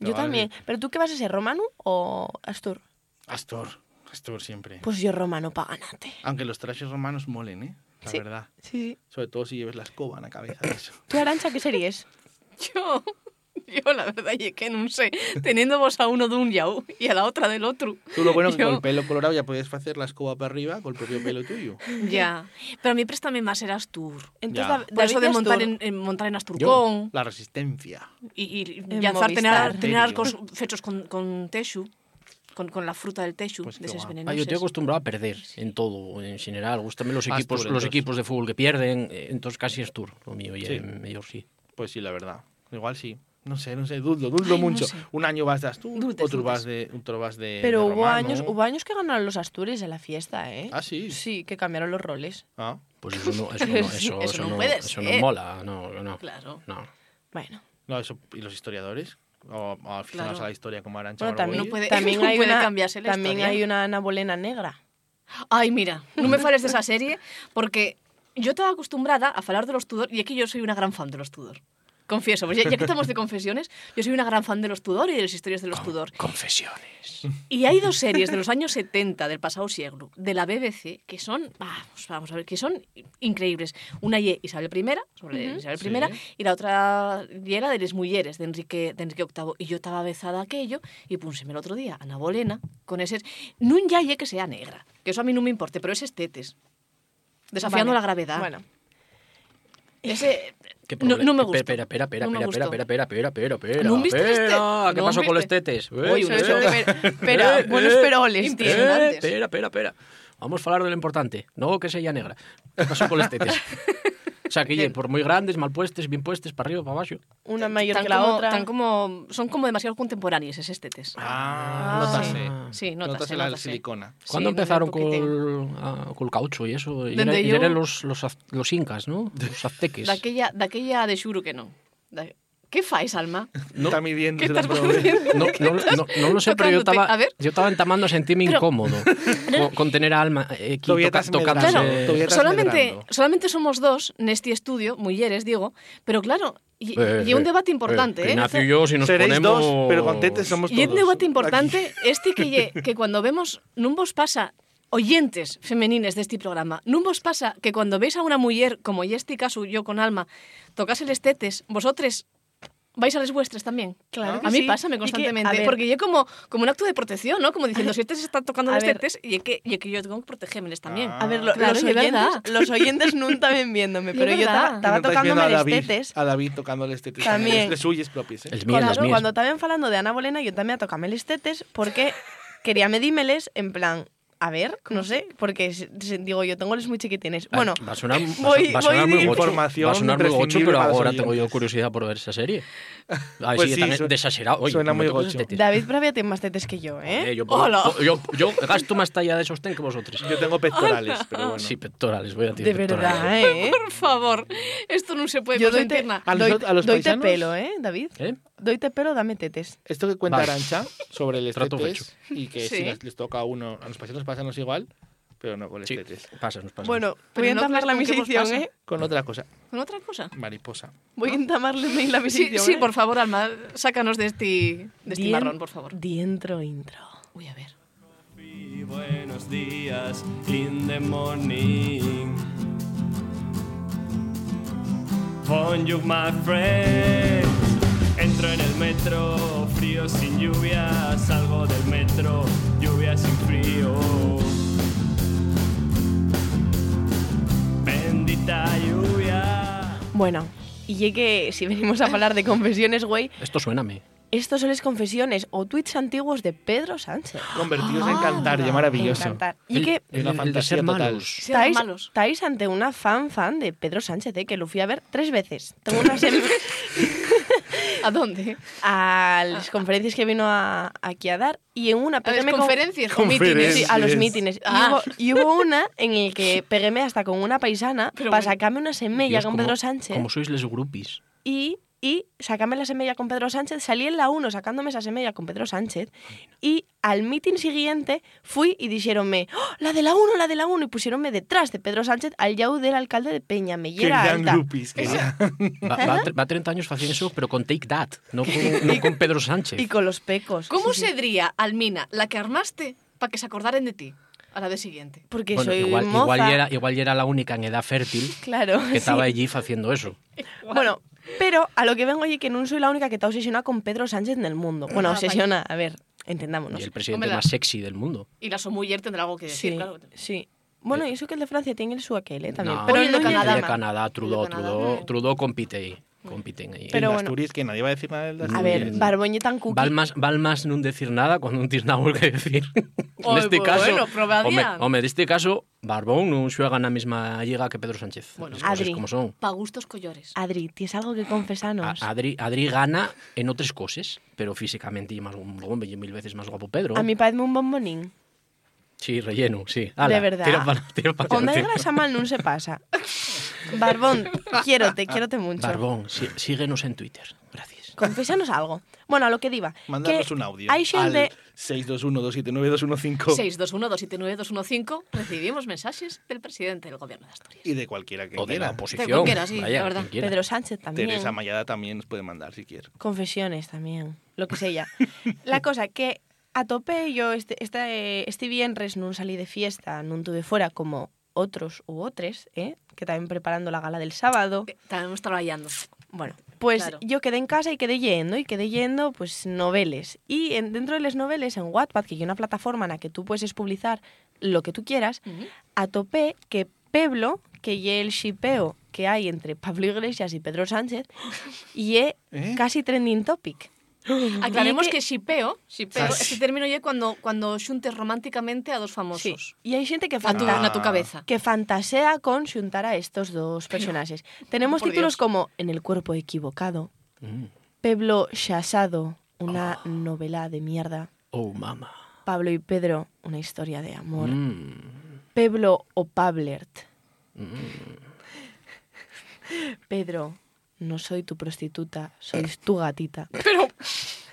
[SPEAKER 3] Yo
[SPEAKER 2] ganas de ir.
[SPEAKER 3] también. ¿Pero tú qué vas a ser, romano o astur?
[SPEAKER 2] Astor, Astor siempre.
[SPEAKER 3] Pues yo romano, paganate.
[SPEAKER 2] Aunque los trajes romanos molen, ¿eh? La
[SPEAKER 3] Sí.
[SPEAKER 2] verdad.
[SPEAKER 3] Sí, sí.
[SPEAKER 2] Sobre todo si lleves la escoba en la cabeza. Eso.
[SPEAKER 3] ¿Tú, Arancha, qué series?
[SPEAKER 1] Yo, yo la verdad es que no sé, teniendo vos a uno de un yau y a la otra del otro.
[SPEAKER 2] Tú lo bueno es que
[SPEAKER 1] Yo-
[SPEAKER 2] con el pelo colorado ya puedes hacer la escoba para arriba con el propio pelo tuyo.
[SPEAKER 1] Ya, pero a mí préstame más eras tour.
[SPEAKER 3] Entonces,
[SPEAKER 2] Ya.
[SPEAKER 3] Da-
[SPEAKER 1] Por eso
[SPEAKER 3] David
[SPEAKER 1] de montar
[SPEAKER 3] Astur.
[SPEAKER 1] en, en montar en Asturcón
[SPEAKER 2] La resistencia.
[SPEAKER 1] y, y
[SPEAKER 3] En
[SPEAKER 1] lanzar
[SPEAKER 3] Movistar.
[SPEAKER 1] tener, tener
[SPEAKER 2] Serio.
[SPEAKER 1] arcos fechos con, con texu, con, con la fruta del texu,
[SPEAKER 2] Pues
[SPEAKER 1] de
[SPEAKER 2] qué
[SPEAKER 1] esos
[SPEAKER 2] guapo. Ah, yo
[SPEAKER 5] Ah,
[SPEAKER 1] venenosos.
[SPEAKER 5] yo estoy acostumbrado a perder en todo, en general. Gústame los
[SPEAKER 2] Astur,
[SPEAKER 5] equipos, los
[SPEAKER 2] entonces.
[SPEAKER 5] equipos de fútbol que pierden, eh, entonces casi es tour lo mío, y
[SPEAKER 2] Sí.
[SPEAKER 5] eh, mejor sí.
[SPEAKER 2] Pues sí, la verdad. Igual sí. No sé, no sé, dudo, dudo
[SPEAKER 1] Ay, no
[SPEAKER 2] mucho.
[SPEAKER 1] sé.
[SPEAKER 2] Un año vas de Astur,
[SPEAKER 1] Dudes,
[SPEAKER 2] otro,
[SPEAKER 1] dudes.
[SPEAKER 2] Vas de, otro vas de.
[SPEAKER 3] Pero
[SPEAKER 2] de
[SPEAKER 3] hubo
[SPEAKER 2] romano.
[SPEAKER 3] años, hubo años que ganaron los Astures en la fiesta, ¿eh?
[SPEAKER 2] Ah, sí.
[SPEAKER 3] Sí, que cambiaron los roles.
[SPEAKER 2] Ah.
[SPEAKER 5] Pues eso no, eso no, eso,
[SPEAKER 1] Eso
[SPEAKER 5] eso
[SPEAKER 1] no
[SPEAKER 5] no,
[SPEAKER 1] puede
[SPEAKER 5] eso
[SPEAKER 1] ser.
[SPEAKER 5] no mola, no, no.
[SPEAKER 1] Claro.
[SPEAKER 5] No.
[SPEAKER 3] Bueno,
[SPEAKER 2] No, eso, ¿y los historiadores? o, o aficionados
[SPEAKER 1] Claro.
[SPEAKER 2] a la historia como Arancha
[SPEAKER 3] Bueno, también,
[SPEAKER 1] No puede-
[SPEAKER 3] también
[SPEAKER 1] no
[SPEAKER 3] hay
[SPEAKER 1] puede
[SPEAKER 3] una,
[SPEAKER 1] cambiarse la
[SPEAKER 3] también
[SPEAKER 1] historia.
[SPEAKER 3] hay una Ana Bolena negra.
[SPEAKER 1] Ay, mira, no me fales de esa serie porque yo estaba acostumbrada a falar de los Tudor y es que yo soy una gran fan de los Tudor. Confieso, pues ya, ya que estamos de confesiones, yo soy una gran fan de los Tudor y de las historias de
[SPEAKER 2] Ah,
[SPEAKER 1] los Tudor.
[SPEAKER 5] Confesiones.
[SPEAKER 1] Y hay dos series de los años 70 del pasado siglo de la BBC que son, vamos, vamos a ver, que son increíbles. Una y Isabel I, sobre Isabel I, y la otra y era de las mujeres de Enrique, de Enrique VIII. Y yo estaba besada a aquello y púnseme el otro día Ana Bolena con ese nun yaye que sea negra, que eso a mí no me importe, pero ese es tetes. Desafiando
[SPEAKER 3] Vale.
[SPEAKER 1] la gravedad.
[SPEAKER 3] Bueno,
[SPEAKER 1] Ese
[SPEAKER 5] ¿Qué
[SPEAKER 1] no, no me
[SPEAKER 5] proble- Espera,
[SPEAKER 1] gusta.
[SPEAKER 5] Espera, espera, espera,
[SPEAKER 1] No me
[SPEAKER 5] espera, espera,
[SPEAKER 1] gustó.
[SPEAKER 5] espera, espera, espera, espera, espera.
[SPEAKER 1] ¿No viste este?
[SPEAKER 5] Espera, ¿Qué
[SPEAKER 1] ¿No
[SPEAKER 5] pasó con los
[SPEAKER 1] viste?
[SPEAKER 5] tetes?
[SPEAKER 1] Uy, un
[SPEAKER 5] Eh,
[SPEAKER 1] hecho
[SPEAKER 5] eh,
[SPEAKER 1] de
[SPEAKER 3] ver- espera, buenos peroles, tío.
[SPEAKER 5] eh,
[SPEAKER 1] Impresionantes.
[SPEAKER 5] Espera, espera, espera. Vamos a hablar de lo importante. No que sea negra. ¿Qué pasó con los tetes? O sea, que oye, por muy grandes, mal puestes, bien puestes, para arriba, para abajo.
[SPEAKER 3] una mayor
[SPEAKER 1] tan
[SPEAKER 3] que la
[SPEAKER 1] como-
[SPEAKER 3] otra.
[SPEAKER 1] tan como- son como demasiado contemporáneos esos tetes.
[SPEAKER 2] Ah,
[SPEAKER 3] Ah,
[SPEAKER 2] nótase.
[SPEAKER 1] Sí,
[SPEAKER 2] Nótase
[SPEAKER 1] notas,
[SPEAKER 2] la silicona.
[SPEAKER 1] Sí, no sé,
[SPEAKER 5] ¿Cuándo empezaron
[SPEAKER 1] porque
[SPEAKER 5] con, ah, con el caucho y eso? Y
[SPEAKER 1] Donde
[SPEAKER 5] era- y
[SPEAKER 1] yo-
[SPEAKER 5] eran los, los, az- los incas, ¿no? Los azteques.
[SPEAKER 1] Daquella, daquella de xuro que non. Da... Que fais, Alma?
[SPEAKER 2] Está midiendo.
[SPEAKER 1] Que estás volvendo?
[SPEAKER 5] No, no, no, no lo sé, pero
[SPEAKER 1] tocándote.
[SPEAKER 5] yo estaba,
[SPEAKER 1] A ver.
[SPEAKER 5] yo estaba entamando a sentirme
[SPEAKER 1] Pero-
[SPEAKER 5] incómodo con, con tener a alma eh, aquí
[SPEAKER 2] Todavía
[SPEAKER 5] toca- eh,
[SPEAKER 2] estás medrando.
[SPEAKER 5] tocándose-
[SPEAKER 1] Claro,
[SPEAKER 2] todavía- estás
[SPEAKER 1] solamente,
[SPEAKER 2] medrando.
[SPEAKER 1] solamente somos dos neste estudio, mulleres, digo, pero claro, e
[SPEAKER 5] Eh,
[SPEAKER 1] é un
[SPEAKER 5] eh,
[SPEAKER 1] debate importante, eh?
[SPEAKER 5] Ignacio y yo, si nos
[SPEAKER 2] Seréis
[SPEAKER 5] ponemos...
[SPEAKER 2] dos, pero con tetes somos todos.
[SPEAKER 1] E é un debate
[SPEAKER 2] Aquí.
[SPEAKER 1] importante este que lle, que cuando vemos, non vos pasa oyentes femenines deste programa, non vos pasa que cuando veis a una muller, como en este caso yo con Alma, tocase les tetes, vosotres vais a les vuestras también.
[SPEAKER 3] Claro que
[SPEAKER 1] a
[SPEAKER 3] sí.
[SPEAKER 1] mí pásame
[SPEAKER 3] Y que,
[SPEAKER 1] constantemente,
[SPEAKER 3] a ver,
[SPEAKER 1] porque yo como, como un acto de protección, ¿no? Como diciendo, si este se está tocando
[SPEAKER 3] A
[SPEAKER 1] las
[SPEAKER 3] ver.
[SPEAKER 1] tetas, y es que, y es que yo tengo que protegérmeles también.
[SPEAKER 2] Ah.
[SPEAKER 3] A ver, lo-
[SPEAKER 1] Claro,
[SPEAKER 3] los,
[SPEAKER 1] y es verdad.
[SPEAKER 3] oyentes, los oyentes no estaban viéndome,
[SPEAKER 1] Y es
[SPEAKER 3] pero yo
[SPEAKER 1] verdad.
[SPEAKER 3] estaba, estaba
[SPEAKER 2] No estáis
[SPEAKER 3] tocándome
[SPEAKER 2] viendo a
[SPEAKER 3] los
[SPEAKER 2] David,
[SPEAKER 3] tetes.
[SPEAKER 2] A David tocándole este tetes.
[SPEAKER 3] También.
[SPEAKER 2] Es de suyes propias, ¿eh?
[SPEAKER 5] El mío,
[SPEAKER 3] Cuando,
[SPEAKER 5] las mías.
[SPEAKER 3] cuando estaban falando de Ana Bolena, yo también tocame les tetes porque quería medímeles en plan, a ver, no sé, porque se- se- digo, yo tengo les muy chiquitines.
[SPEAKER 5] Ay,
[SPEAKER 3] Bueno,
[SPEAKER 5] Ah, va a sonar, va a-
[SPEAKER 3] voy-
[SPEAKER 5] va a sonar
[SPEAKER 3] voy
[SPEAKER 5] muy
[SPEAKER 3] de-
[SPEAKER 5] gocho.
[SPEAKER 2] Información
[SPEAKER 5] Va a sonar muy gocho,
[SPEAKER 2] imprescindible
[SPEAKER 5] pero
[SPEAKER 2] para los
[SPEAKER 5] ahora tengo yo
[SPEAKER 2] oyentes.
[SPEAKER 5] curiosidad por ver esa serie. A ver
[SPEAKER 2] Pues
[SPEAKER 5] si
[SPEAKER 2] sí,
[SPEAKER 5] tan
[SPEAKER 2] su-
[SPEAKER 5] desexerado. Oye,
[SPEAKER 2] suena
[SPEAKER 5] no
[SPEAKER 2] muy
[SPEAKER 5] me toques
[SPEAKER 2] gocho.
[SPEAKER 5] las tetes.
[SPEAKER 3] David Bravia tiene más tetes que yo, ¿eh?
[SPEAKER 5] Eh, yo,
[SPEAKER 1] Hola.
[SPEAKER 5] Yo, yo gasto más talla de sostén que vosotros.
[SPEAKER 2] Yo tengo pectorales, pero bueno.
[SPEAKER 5] Sí, pectorales, voy a decir
[SPEAKER 3] de
[SPEAKER 5] pectorales.
[SPEAKER 3] verdad, ¿eh?
[SPEAKER 1] Por favor, esto no se puede
[SPEAKER 3] Yo doy
[SPEAKER 1] consentir na.
[SPEAKER 2] A los- a los
[SPEAKER 3] doyte
[SPEAKER 2] paisanos-
[SPEAKER 3] pelo, ¿eh, David?
[SPEAKER 5] ¿Eh?
[SPEAKER 3] Doyte pelo, dame tetes.
[SPEAKER 2] Esto que cuenta
[SPEAKER 5] Vale.
[SPEAKER 2] Arancha sobre el
[SPEAKER 5] Trato
[SPEAKER 2] estetes y que
[SPEAKER 1] Sí.
[SPEAKER 2] si les, les toca a uno, a los pasanos pasanos igual, pero no con el
[SPEAKER 5] Sí,
[SPEAKER 2] estetes.
[SPEAKER 5] pásanos, pásanos.
[SPEAKER 3] Bueno,
[SPEAKER 1] Pero
[SPEAKER 3] voy a
[SPEAKER 1] no
[SPEAKER 3] entamarle
[SPEAKER 1] crees
[SPEAKER 3] mi
[SPEAKER 1] con que vos
[SPEAKER 3] sección,
[SPEAKER 1] pasa.
[SPEAKER 3] ¿eh?
[SPEAKER 2] Con otra cosa,
[SPEAKER 1] ¿Con otra cosa?
[SPEAKER 2] mariposa.
[SPEAKER 3] Voy a entamarle la mi
[SPEAKER 1] Sí,
[SPEAKER 3] sección,
[SPEAKER 1] sí,
[SPEAKER 3] ¿eh?
[SPEAKER 1] por favor, Alma, sácanos de este, de este
[SPEAKER 3] Dien-
[SPEAKER 1] marrón, por favor.
[SPEAKER 3] Dientro intro.
[SPEAKER 1] Uy, a ver.
[SPEAKER 8] Y buenos días, in the morning. Bonjour, my friend. Entro en el metro, frío sin lluvia. Salgo del metro, lluvia sin frío. Bendita lluvia.
[SPEAKER 3] Bueno, y ya que si venimos a hablar de confesiones, güey,
[SPEAKER 5] Esto suéname.
[SPEAKER 3] estos son las confesiones o tweets antiguos de Pedro Sánchez.
[SPEAKER 2] Convertidos en cantar, ya maravilloso.
[SPEAKER 3] Encantar. Y que
[SPEAKER 2] Es una
[SPEAKER 5] de
[SPEAKER 2] fantasía
[SPEAKER 5] ser
[SPEAKER 2] total.
[SPEAKER 5] malos.
[SPEAKER 1] Sean
[SPEAKER 3] estáis,
[SPEAKER 1] malos.
[SPEAKER 3] estáis ante una fan fan de Pedro Sánchez, ¿eh? que lo fui a ver tres veces. Tengo unas en-
[SPEAKER 1] ¿A dónde?
[SPEAKER 3] a las conferencias que vino a- aquí a dar y en una
[SPEAKER 1] A las
[SPEAKER 3] peguéme con-
[SPEAKER 1] conferencias, con
[SPEAKER 2] Conferencias.
[SPEAKER 3] Sí,
[SPEAKER 1] mítines.
[SPEAKER 3] a los mítines. Y
[SPEAKER 1] Ah.
[SPEAKER 3] hubo- Y, hubo, una en el que peguéme hasta con una paisana
[SPEAKER 1] Pero
[SPEAKER 3] para
[SPEAKER 1] bueno.
[SPEAKER 3] sacarme una semilla
[SPEAKER 5] Dios,
[SPEAKER 3] con
[SPEAKER 5] como-
[SPEAKER 3] Pedro Sánchez.
[SPEAKER 5] Como sois les groupies.
[SPEAKER 3] y, y sacame la semilla con Pedro Sánchez. Salí en la 1 sacándome esa semilla con Pedro Sánchez. Y al meeting siguiente fui y dijéronme, "¡Oh, la de la 1, la de la 1. Y pusieronme detrás de Pedro Sánchez al yau del alcalde de Peña, Mellera
[SPEAKER 2] Querían
[SPEAKER 3] Alta.
[SPEAKER 2] groupies, querían.
[SPEAKER 5] Va, va, a tre- va a 30 años haciendo eso, pero con Take That, no con, no con Pedro Sánchez.
[SPEAKER 3] Y con los pecos.
[SPEAKER 1] ¿Cómo
[SPEAKER 3] Sí, sí.
[SPEAKER 1] se diría, Almina, la que armaste para que se acordaren de ti a la vez siguiente?
[SPEAKER 3] Porque
[SPEAKER 5] Bueno,
[SPEAKER 3] soy
[SPEAKER 5] igual,
[SPEAKER 3] moza.
[SPEAKER 5] igual, ya era, igual ya era la única en edad fértil
[SPEAKER 3] Claro.
[SPEAKER 5] que
[SPEAKER 3] sí.
[SPEAKER 5] estaba allí haciendo eso.
[SPEAKER 3] Bueno, pero a lo que vengo oye que no soy la única que está obsesionada con Pedro Sánchez en el mundo. Bueno,
[SPEAKER 1] Ah,
[SPEAKER 3] obsesiona, a ver,
[SPEAKER 5] Y
[SPEAKER 3] entendámonos.
[SPEAKER 5] el presidente
[SPEAKER 1] Hombre, la-
[SPEAKER 5] más sexy del mundo.
[SPEAKER 1] Y la Somuller tendrá algo que decir,
[SPEAKER 3] Sí,
[SPEAKER 1] claro.
[SPEAKER 3] sí. Bueno, y eso que el de Francia tiene el su aquel, ¿eh? También.
[SPEAKER 5] Eh, No,
[SPEAKER 3] pero
[SPEAKER 1] Oye, el de
[SPEAKER 3] no
[SPEAKER 5] el
[SPEAKER 1] Canadá.
[SPEAKER 5] de Canadá, Trudeau,
[SPEAKER 1] El de Canadá,
[SPEAKER 5] Trudeau,
[SPEAKER 1] no.
[SPEAKER 5] Trudeau compite ahí. Compiten ahí.
[SPEAKER 3] Pero
[SPEAKER 2] Pero
[SPEAKER 3] bueno.
[SPEAKER 2] Asturias, que nadie va a decir nada del de
[SPEAKER 5] A
[SPEAKER 3] A
[SPEAKER 2] Asturias.
[SPEAKER 3] ver, Barboñe tan cookie.
[SPEAKER 5] Val más, val más nun decir nada cuando un tienes nada que decir. en
[SPEAKER 1] Oy,
[SPEAKER 5] este
[SPEAKER 1] pues
[SPEAKER 5] caso,
[SPEAKER 1] bueno, probadía.
[SPEAKER 5] home, home, neste este caso, Barbón non xuega na mesma liga que Pedro Sánchez.
[SPEAKER 1] Bueno,
[SPEAKER 5] As cosas
[SPEAKER 3] Adri.
[SPEAKER 5] como son.
[SPEAKER 1] Pa gustos collores.
[SPEAKER 3] Adri, ¿tienes algo que
[SPEAKER 5] A-
[SPEAKER 3] confesarnos? A,
[SPEAKER 5] Adri, Adri gana en otras cosas, pero físicamente y más hombre, y mil veces más guapo Pedro.
[SPEAKER 3] mí parece un bombonín.
[SPEAKER 5] Sí, relleno, sí.
[SPEAKER 3] De verdad.
[SPEAKER 5] Tira para, tira para
[SPEAKER 3] Onda de grasa mal no se pasa. Barbón, quiero te quiero te mucho.
[SPEAKER 5] Barbón, sí, síguenos en Twitter. Gracias.
[SPEAKER 2] Confésanos.
[SPEAKER 3] Confésanos algo. Bueno, a lo que diba.
[SPEAKER 2] Mándanos
[SPEAKER 3] que
[SPEAKER 2] un audio.
[SPEAKER 3] Hay xente...
[SPEAKER 2] Al 621-279-215
[SPEAKER 1] 621-279-215 recibimos mensaxes del presidente del gobierno de Asturias.
[SPEAKER 2] y de cualquiera que
[SPEAKER 5] O de la
[SPEAKER 2] quiera.
[SPEAKER 1] De
[SPEAKER 5] oposición.
[SPEAKER 1] cualquiera, sí, la verdad.
[SPEAKER 5] quien quiera.
[SPEAKER 3] Pedro Sánchez también.
[SPEAKER 2] Teresa Mayada también nos puede mandar si quiere.
[SPEAKER 3] Confesiones también, lo que sea. La cosa que a tope yo este, este, este viernes non salí de fiesta, non tuve fora como outros ou otres, eh, que tamén preparando la gala del sábado.
[SPEAKER 1] Eh, Estábamos traballando.
[SPEAKER 3] Bueno, pues
[SPEAKER 1] Claro.
[SPEAKER 3] yo quedé en casa y quedé yendo y quedé yendo pues noveles. Y en- dentro de las noveles en Wattpad, que hay una plataforma en la que tú puedes publicar lo que tú quieras,
[SPEAKER 1] Ujú.
[SPEAKER 3] atopé que Peblo, que ye el shipeo que hay entre Pablo Iglesias y Pedro Sánchez, y é
[SPEAKER 2] ¿Eh?
[SPEAKER 3] casi trending topic.
[SPEAKER 1] Aclaremos
[SPEAKER 3] Y
[SPEAKER 1] que,
[SPEAKER 3] que-
[SPEAKER 1] shipeo, shipeo,
[SPEAKER 2] Ah, sí.
[SPEAKER 1] este término ya cuando cuando xuntes románticamente a dos
[SPEAKER 3] Sí.
[SPEAKER 1] famosos. Ah.
[SPEAKER 3] Y hay gente que
[SPEAKER 1] A tu,
[SPEAKER 3] fanta-
[SPEAKER 2] Ah.
[SPEAKER 1] a tu cabeza.
[SPEAKER 3] que fantasea con juntar a estos dos personajes. Tenemos
[SPEAKER 1] por
[SPEAKER 3] títulos
[SPEAKER 1] Dios.
[SPEAKER 3] como En el cuerpo equivocado,
[SPEAKER 5] Mm.
[SPEAKER 3] Peblo Shasado, una novela de mierda,
[SPEAKER 5] Oh, mama.
[SPEAKER 3] Pablo y Pedro, una historia de amor,
[SPEAKER 5] Mm.
[SPEAKER 3] Peblo o Pablert.
[SPEAKER 1] Mm.
[SPEAKER 3] Pedro, no soy tu prostituta,
[SPEAKER 1] Eh.
[SPEAKER 3] sois tu gatita.
[SPEAKER 1] Pero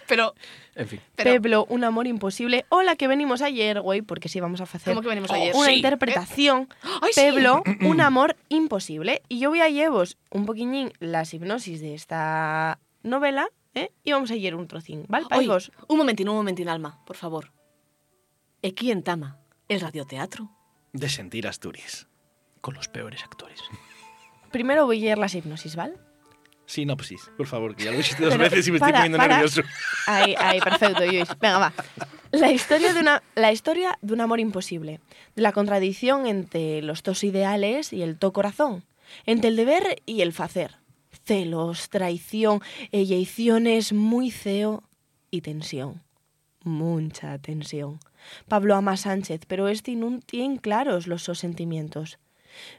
[SPEAKER 1] pero
[SPEAKER 5] En fin.
[SPEAKER 1] pero
[SPEAKER 3] Peblo, un amor imposible. O la que venimos ayer, güey, porque sí vamos a hacer
[SPEAKER 1] ¿Cómo que venimos ayer?
[SPEAKER 3] una
[SPEAKER 1] Sí. Eh.
[SPEAKER 3] interpretación.
[SPEAKER 1] ¡Ay, sí!
[SPEAKER 3] Peblo, un amor imposible. Y yo voy a llevos un poquillín las hipnosis de esta novela ¿eh? y vamos a ir un trocín. ¿Vale,
[SPEAKER 1] Oi,
[SPEAKER 3] paigos?
[SPEAKER 1] un momentino, un momentino, Alma, por favor. Aquí en Tama, el radioteatro.
[SPEAKER 2] De sentir Asturias.
[SPEAKER 5] Con los peores actores.
[SPEAKER 3] Primero voy a ir las hipnosis, ¿vale?
[SPEAKER 2] Sinopsis, por favor, que ya lo he visto dos
[SPEAKER 3] Pero
[SPEAKER 2] veces y me
[SPEAKER 3] para,
[SPEAKER 2] estoy poniendo
[SPEAKER 3] para.
[SPEAKER 2] nervioso.
[SPEAKER 3] Ahí, ahí, perfecto, Lluís. Venga, va. La historia, de una, la historia de un amor imposible, de la contradicción entre los dos ideales y el to corazón, entre el deber y el facer, celos, traición, eyecciones, muy ceo y tensión. Mucha tensión. Pablo ama a Sánchez, pero este no tiene claros los sus sentimientos.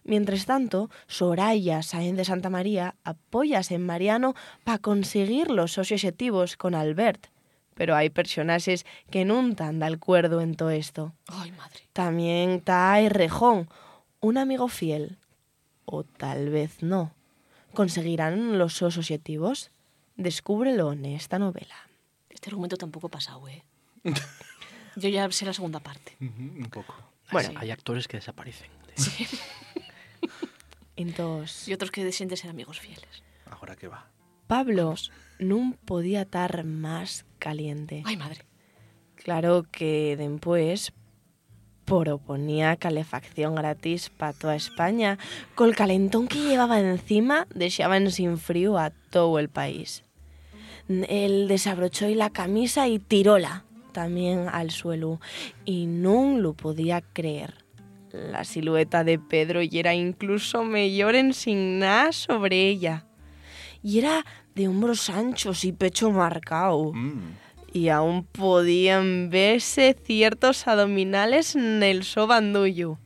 [SPEAKER 3] Mientras tanto, Soraya Sáenz de Santa María apóyase en Mariano para conseguir los seus objetivos con Albert. Pero hay personajes que non tan de acuerdo en todo esto.
[SPEAKER 1] Ay, madre.
[SPEAKER 3] También está Rejón, un amigo fiel. O tal vez no. ¿Conseguirán los seus objetivos? Descúbrelo en esta novela.
[SPEAKER 1] Este argumento tampoco ha pasado, ¿eh? Yo ya sé la segunda parte.
[SPEAKER 2] Un poco.
[SPEAKER 3] Bueno.
[SPEAKER 5] Hay- Hay actores que desaparecen.
[SPEAKER 3] Entonces...
[SPEAKER 1] Y otros que deciden de ser amigos fieles.
[SPEAKER 2] Ahora que va.
[SPEAKER 3] Pablo non podía estar más caliente.
[SPEAKER 1] Ay, madre.
[SPEAKER 3] Claro que después proponía calefacción gratis para toda España. Col calentón que llevaba encima, deseaban sin frío a todo el país. Él desabrochó la camisa y tiróla también al suelo. Y no lo podía creer. La silueta de Pedro y era incluso mejor ensignada sobre ella. Y era de hombros anchos y pecho marcado
[SPEAKER 2] Mm.
[SPEAKER 3] y aún podían verse ciertos abdominales en el so bandullo.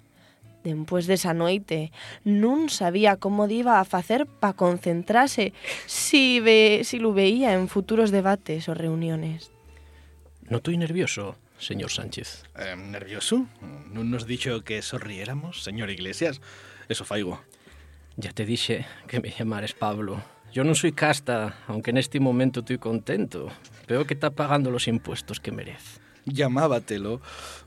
[SPEAKER 3] Después de esa noite, nun sabía cómo iba a facer pa concentrarse si, ve, si lo veía en futuros debates o reuniones.
[SPEAKER 5] No estoy nervioso, señor Sánchez.
[SPEAKER 2] Eh, ¿Nervioso? ¿No nos dicho que sonriéramos, señor Iglesias? Eso faigo.
[SPEAKER 5] Ya te dije que me llamares Pablo. Yo no soy casta, aunque en este momento estoy contento. Veo que está pagando los impuestos que merece.
[SPEAKER 2] Llamábatelo,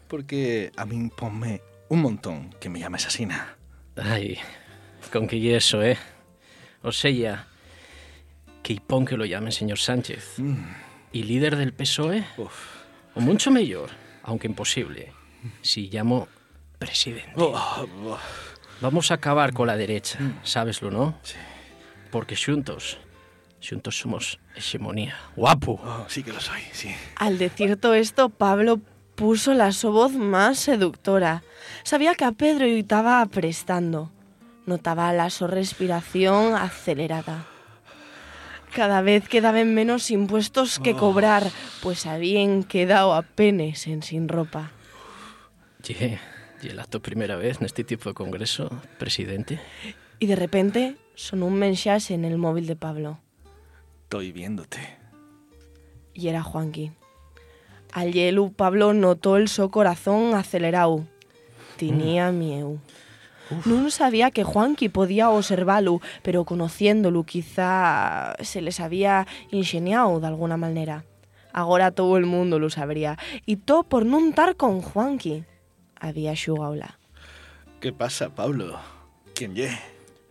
[SPEAKER 2] porque a mí ponme un montón que me llames asesina.
[SPEAKER 5] Ay, con que y eso, ¿eh? O sea, que hipón que lo llamen señor Sánchez. ¿Y líder del PSOE?
[SPEAKER 2] Mm. Uf.
[SPEAKER 5] E, O mucho mejor, aunque imposible, si llamo presidente.
[SPEAKER 2] Oh, oh. Mm.
[SPEAKER 5] Vamos a acabar con la derecha, sabeslo, ¿no? Sí. Porque juntos, juntos somos hegemonía. ¡Guapo!
[SPEAKER 2] Oh, sí que lo soy, sí.
[SPEAKER 3] Al decir todo esto, Pablo puso la su voz más seductora. Sabía que a Pedro y estaba aprestando. Notaba la su respiración acelerada. Cada vez quedaban menos impuestos que cobrar, pues habían quedado apenas en sin ropa.
[SPEAKER 5] Ye, ye la tu primera vez en este tipo de congreso, presidente.
[SPEAKER 3] Y de repente sonó un mensaje en el móvil de Pablo.
[SPEAKER 2] Estoy viéndote.
[SPEAKER 3] Y era Juanqui. Al hielo, Pablo notó el so corazón acelerado. Tenía miedo. Non sabía que Juanqui podía observalo, pero conociéndolo quizá se les había ingeniado de alguna maneira. Agora todo el mundo lo sabría. E todo por non tar con Juanqui. Había xugaula.
[SPEAKER 2] ¿Qué pasa, Pablo? ¿Quién ye?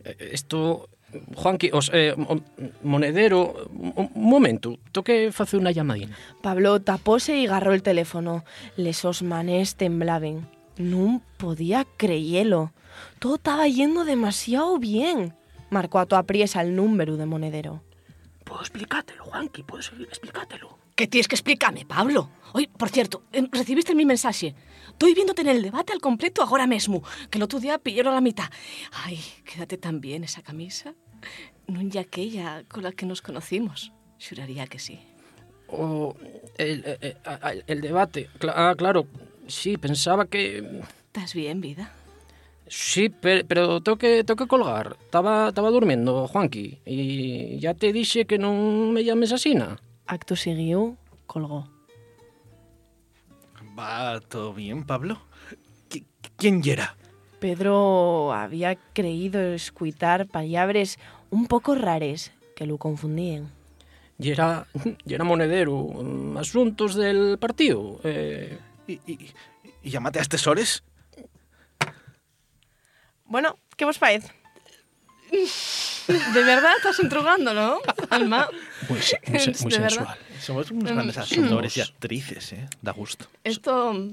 [SPEAKER 5] Eh, Isto, Juanqui, os, eh, o- monedero, un, un momento, toque facer unha llamadina.
[SPEAKER 3] Pablo tapose e agarrou el teléfono. Les os manés temblaven. Non podía creyelo. Todo estaba yendo demasiado bien. Marcó a toda priesa el número de monedero.
[SPEAKER 5] Podo explicátelo, Juanqui, podo seguir, explicátelo.
[SPEAKER 1] ¿Qué tienes que explicarme, Pablo? Hoy, por cierto, em, recibiste mi mensaje. Estoy viéndote en el debate al completo ahora mismo, que el otro día pillaron la mitad. Ay, quédate tan bien esa camisa. No ya aquella con la que nos conocimos. Juraría que sí.
[SPEAKER 5] O, el, el, el, el debate, cla- ah, claro, sí, pensaba que...
[SPEAKER 1] ¿Estás bien, vida?
[SPEAKER 5] Sí, pero, pero tengo que, tengo que colgar. Estaba, estaba durmiendo, Juanqui, y ya te dije que non me llames asina.
[SPEAKER 3] Acto seguiu, colgó.
[SPEAKER 2] ¿Va todo bien, Pablo? ¿Qui- ¿Quién era?
[SPEAKER 3] Pedro había creído escuitar palabras un poco rares que lo confundían.
[SPEAKER 5] Y era, y era monedero, mm, asuntos del partido. Eh,
[SPEAKER 2] ¿Y, y, y llamate a tesores?
[SPEAKER 3] Bueno, ¿qué vos parece?
[SPEAKER 1] De verdad estás intrugando, ¿no? Alma.
[SPEAKER 5] muy, se- muy se- muy
[SPEAKER 1] De verdad.
[SPEAKER 5] sensual.
[SPEAKER 2] Somos unos
[SPEAKER 1] Mm.
[SPEAKER 2] grandes actores y actrices, ¿eh? Da gusto.
[SPEAKER 1] Esto.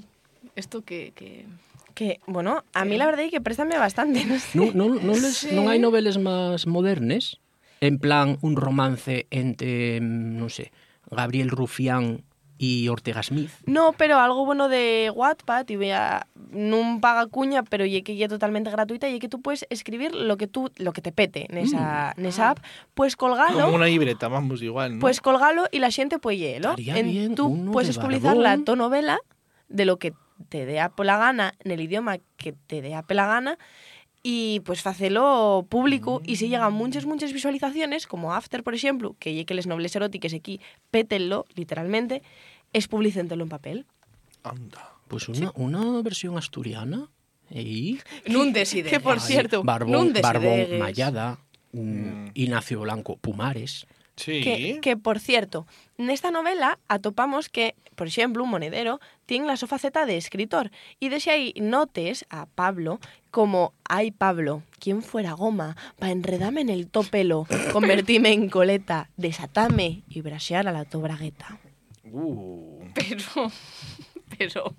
[SPEAKER 1] Esto que. que...
[SPEAKER 3] Que, bueno, a mí la verdad es que préstame bastante. No sé.
[SPEAKER 5] Non, non, non, les, non hai noveles máis modernes? En plan, un romance entre, mm, non sei, Gabriel Rufián e Ortega Smith.
[SPEAKER 3] No, pero algo bueno de Wattpad, y voy a, no paga cuña, pero y que ya totalmente gratuita, y que tú puedes escribir lo que tú, lo que te pete en
[SPEAKER 5] Mm.
[SPEAKER 3] esa, en esa app,
[SPEAKER 5] Ah.
[SPEAKER 3] pues colgalo,
[SPEAKER 2] Como una libreta, vamos, igual, ¿no?
[SPEAKER 3] pues colgalo y la gente puede leerlo.
[SPEAKER 5] Estaría
[SPEAKER 3] En-
[SPEAKER 5] bien
[SPEAKER 3] Tú
[SPEAKER 5] uno
[SPEAKER 3] puedes
[SPEAKER 5] de
[SPEAKER 3] publicar
[SPEAKER 5] Barbón.
[SPEAKER 3] la tu novela de lo que te dé a la gana, en el idioma que te dé a la gana, y pues facelo público, y si
[SPEAKER 5] Mm.
[SPEAKER 3] llegan muchas, muchas visualizaciones, como After, por ejemplo, que llegue que les nobles eróticas aquí, pétenlo, literalmente, es publicéntelo en papel.
[SPEAKER 2] Anda.
[SPEAKER 5] Pois pues unha, unha versión asturiana. E...
[SPEAKER 1] Nun desideres.
[SPEAKER 3] Que, por cierto,
[SPEAKER 1] nun
[SPEAKER 5] Barbón, Barbón
[SPEAKER 1] desideres.
[SPEAKER 5] Mallada, mm. Ignacio Blanco Pumares.
[SPEAKER 2] Sí.
[SPEAKER 3] Que, que, por cierto, nesta novela atopamos que, por exemplo, un monedero ten la súa faceta de escritor e deixa aí notes a Pablo como Ay Pablo, quien fuera goma, pa enredame en el topelo, convertime en coleta, desatame y brasear a la tu bragueta.
[SPEAKER 2] Uh.
[SPEAKER 1] Pero. Pero.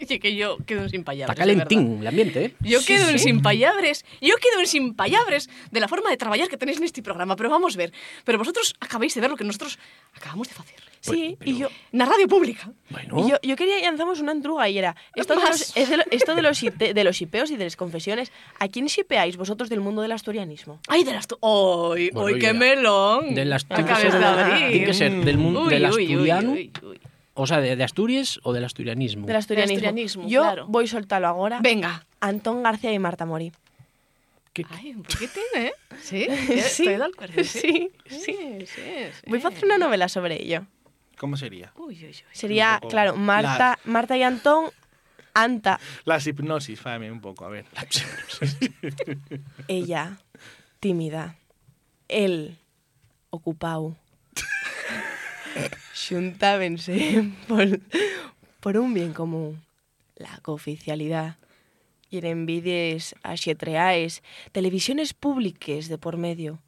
[SPEAKER 1] oye, que yo quedo sin palabras.
[SPEAKER 5] Está
[SPEAKER 1] de pues verdad.
[SPEAKER 5] calentín el ambiente, eh?
[SPEAKER 1] Yo
[SPEAKER 5] Sí,
[SPEAKER 1] quedo en
[SPEAKER 5] sí.
[SPEAKER 1] sin palabras, yo quedo en sin palabras de la forma de trabajar que tenéis en este programa, pero vamos a ver. Pero vosotros acabáis de ver lo que nosotros acabamos de hacer.
[SPEAKER 5] Pues,
[SPEAKER 3] Sí, e yo,
[SPEAKER 1] En la radio pública.
[SPEAKER 5] Bueno,
[SPEAKER 3] ¿No? Yo, yo quería lanzamos una entruga y era esto de
[SPEAKER 1] Más.
[SPEAKER 3] los, es de lo- esto de los, shite- de los shipeos y de las confesiones. ¿A quién shipeáis vosotros del mundo del asturianismo?
[SPEAKER 1] Ay, de las tu... ¡Ay,
[SPEAKER 5] Bueno,
[SPEAKER 1] ay, qué
[SPEAKER 5] ya.
[SPEAKER 1] melón!
[SPEAKER 5] De las- tiene que
[SPEAKER 1] Acabes
[SPEAKER 5] ser-
[SPEAKER 1] de abrir.
[SPEAKER 5] tiene que ser del mun-
[SPEAKER 1] Uy,
[SPEAKER 5] del
[SPEAKER 1] uy, uy,
[SPEAKER 5] asturiano.
[SPEAKER 1] uy, uy.
[SPEAKER 5] o sea, de, de Asturias o del asturianismo.
[SPEAKER 3] Del asturianismo.
[SPEAKER 1] asturianismo,
[SPEAKER 3] yo
[SPEAKER 1] claro.
[SPEAKER 3] voy a soltarlo ahora.
[SPEAKER 1] Venga.
[SPEAKER 3] Antón García y Marta Mori.
[SPEAKER 1] Ay, un poquitín, ¿eh? Sí, estoy de acuerdo. Sí,
[SPEAKER 3] Sí,
[SPEAKER 1] sí,
[SPEAKER 3] sí.
[SPEAKER 1] sí. sí.
[SPEAKER 3] Voy a hacer una novela sobre ello.
[SPEAKER 2] ¿Cómo sería?
[SPEAKER 1] Uy, uy, uy.
[SPEAKER 3] Sería,
[SPEAKER 2] Un poco
[SPEAKER 3] claro, Marta, Marta y Antón, Anta,
[SPEAKER 2] Las hipnosis, fame un poco, a ver.
[SPEAKER 3] ella, tímida, él, ocupado. Xuntábense por, por un bien común, la cooficialidad. Y en envidies, axetreáes, televisiones públicas de por medio.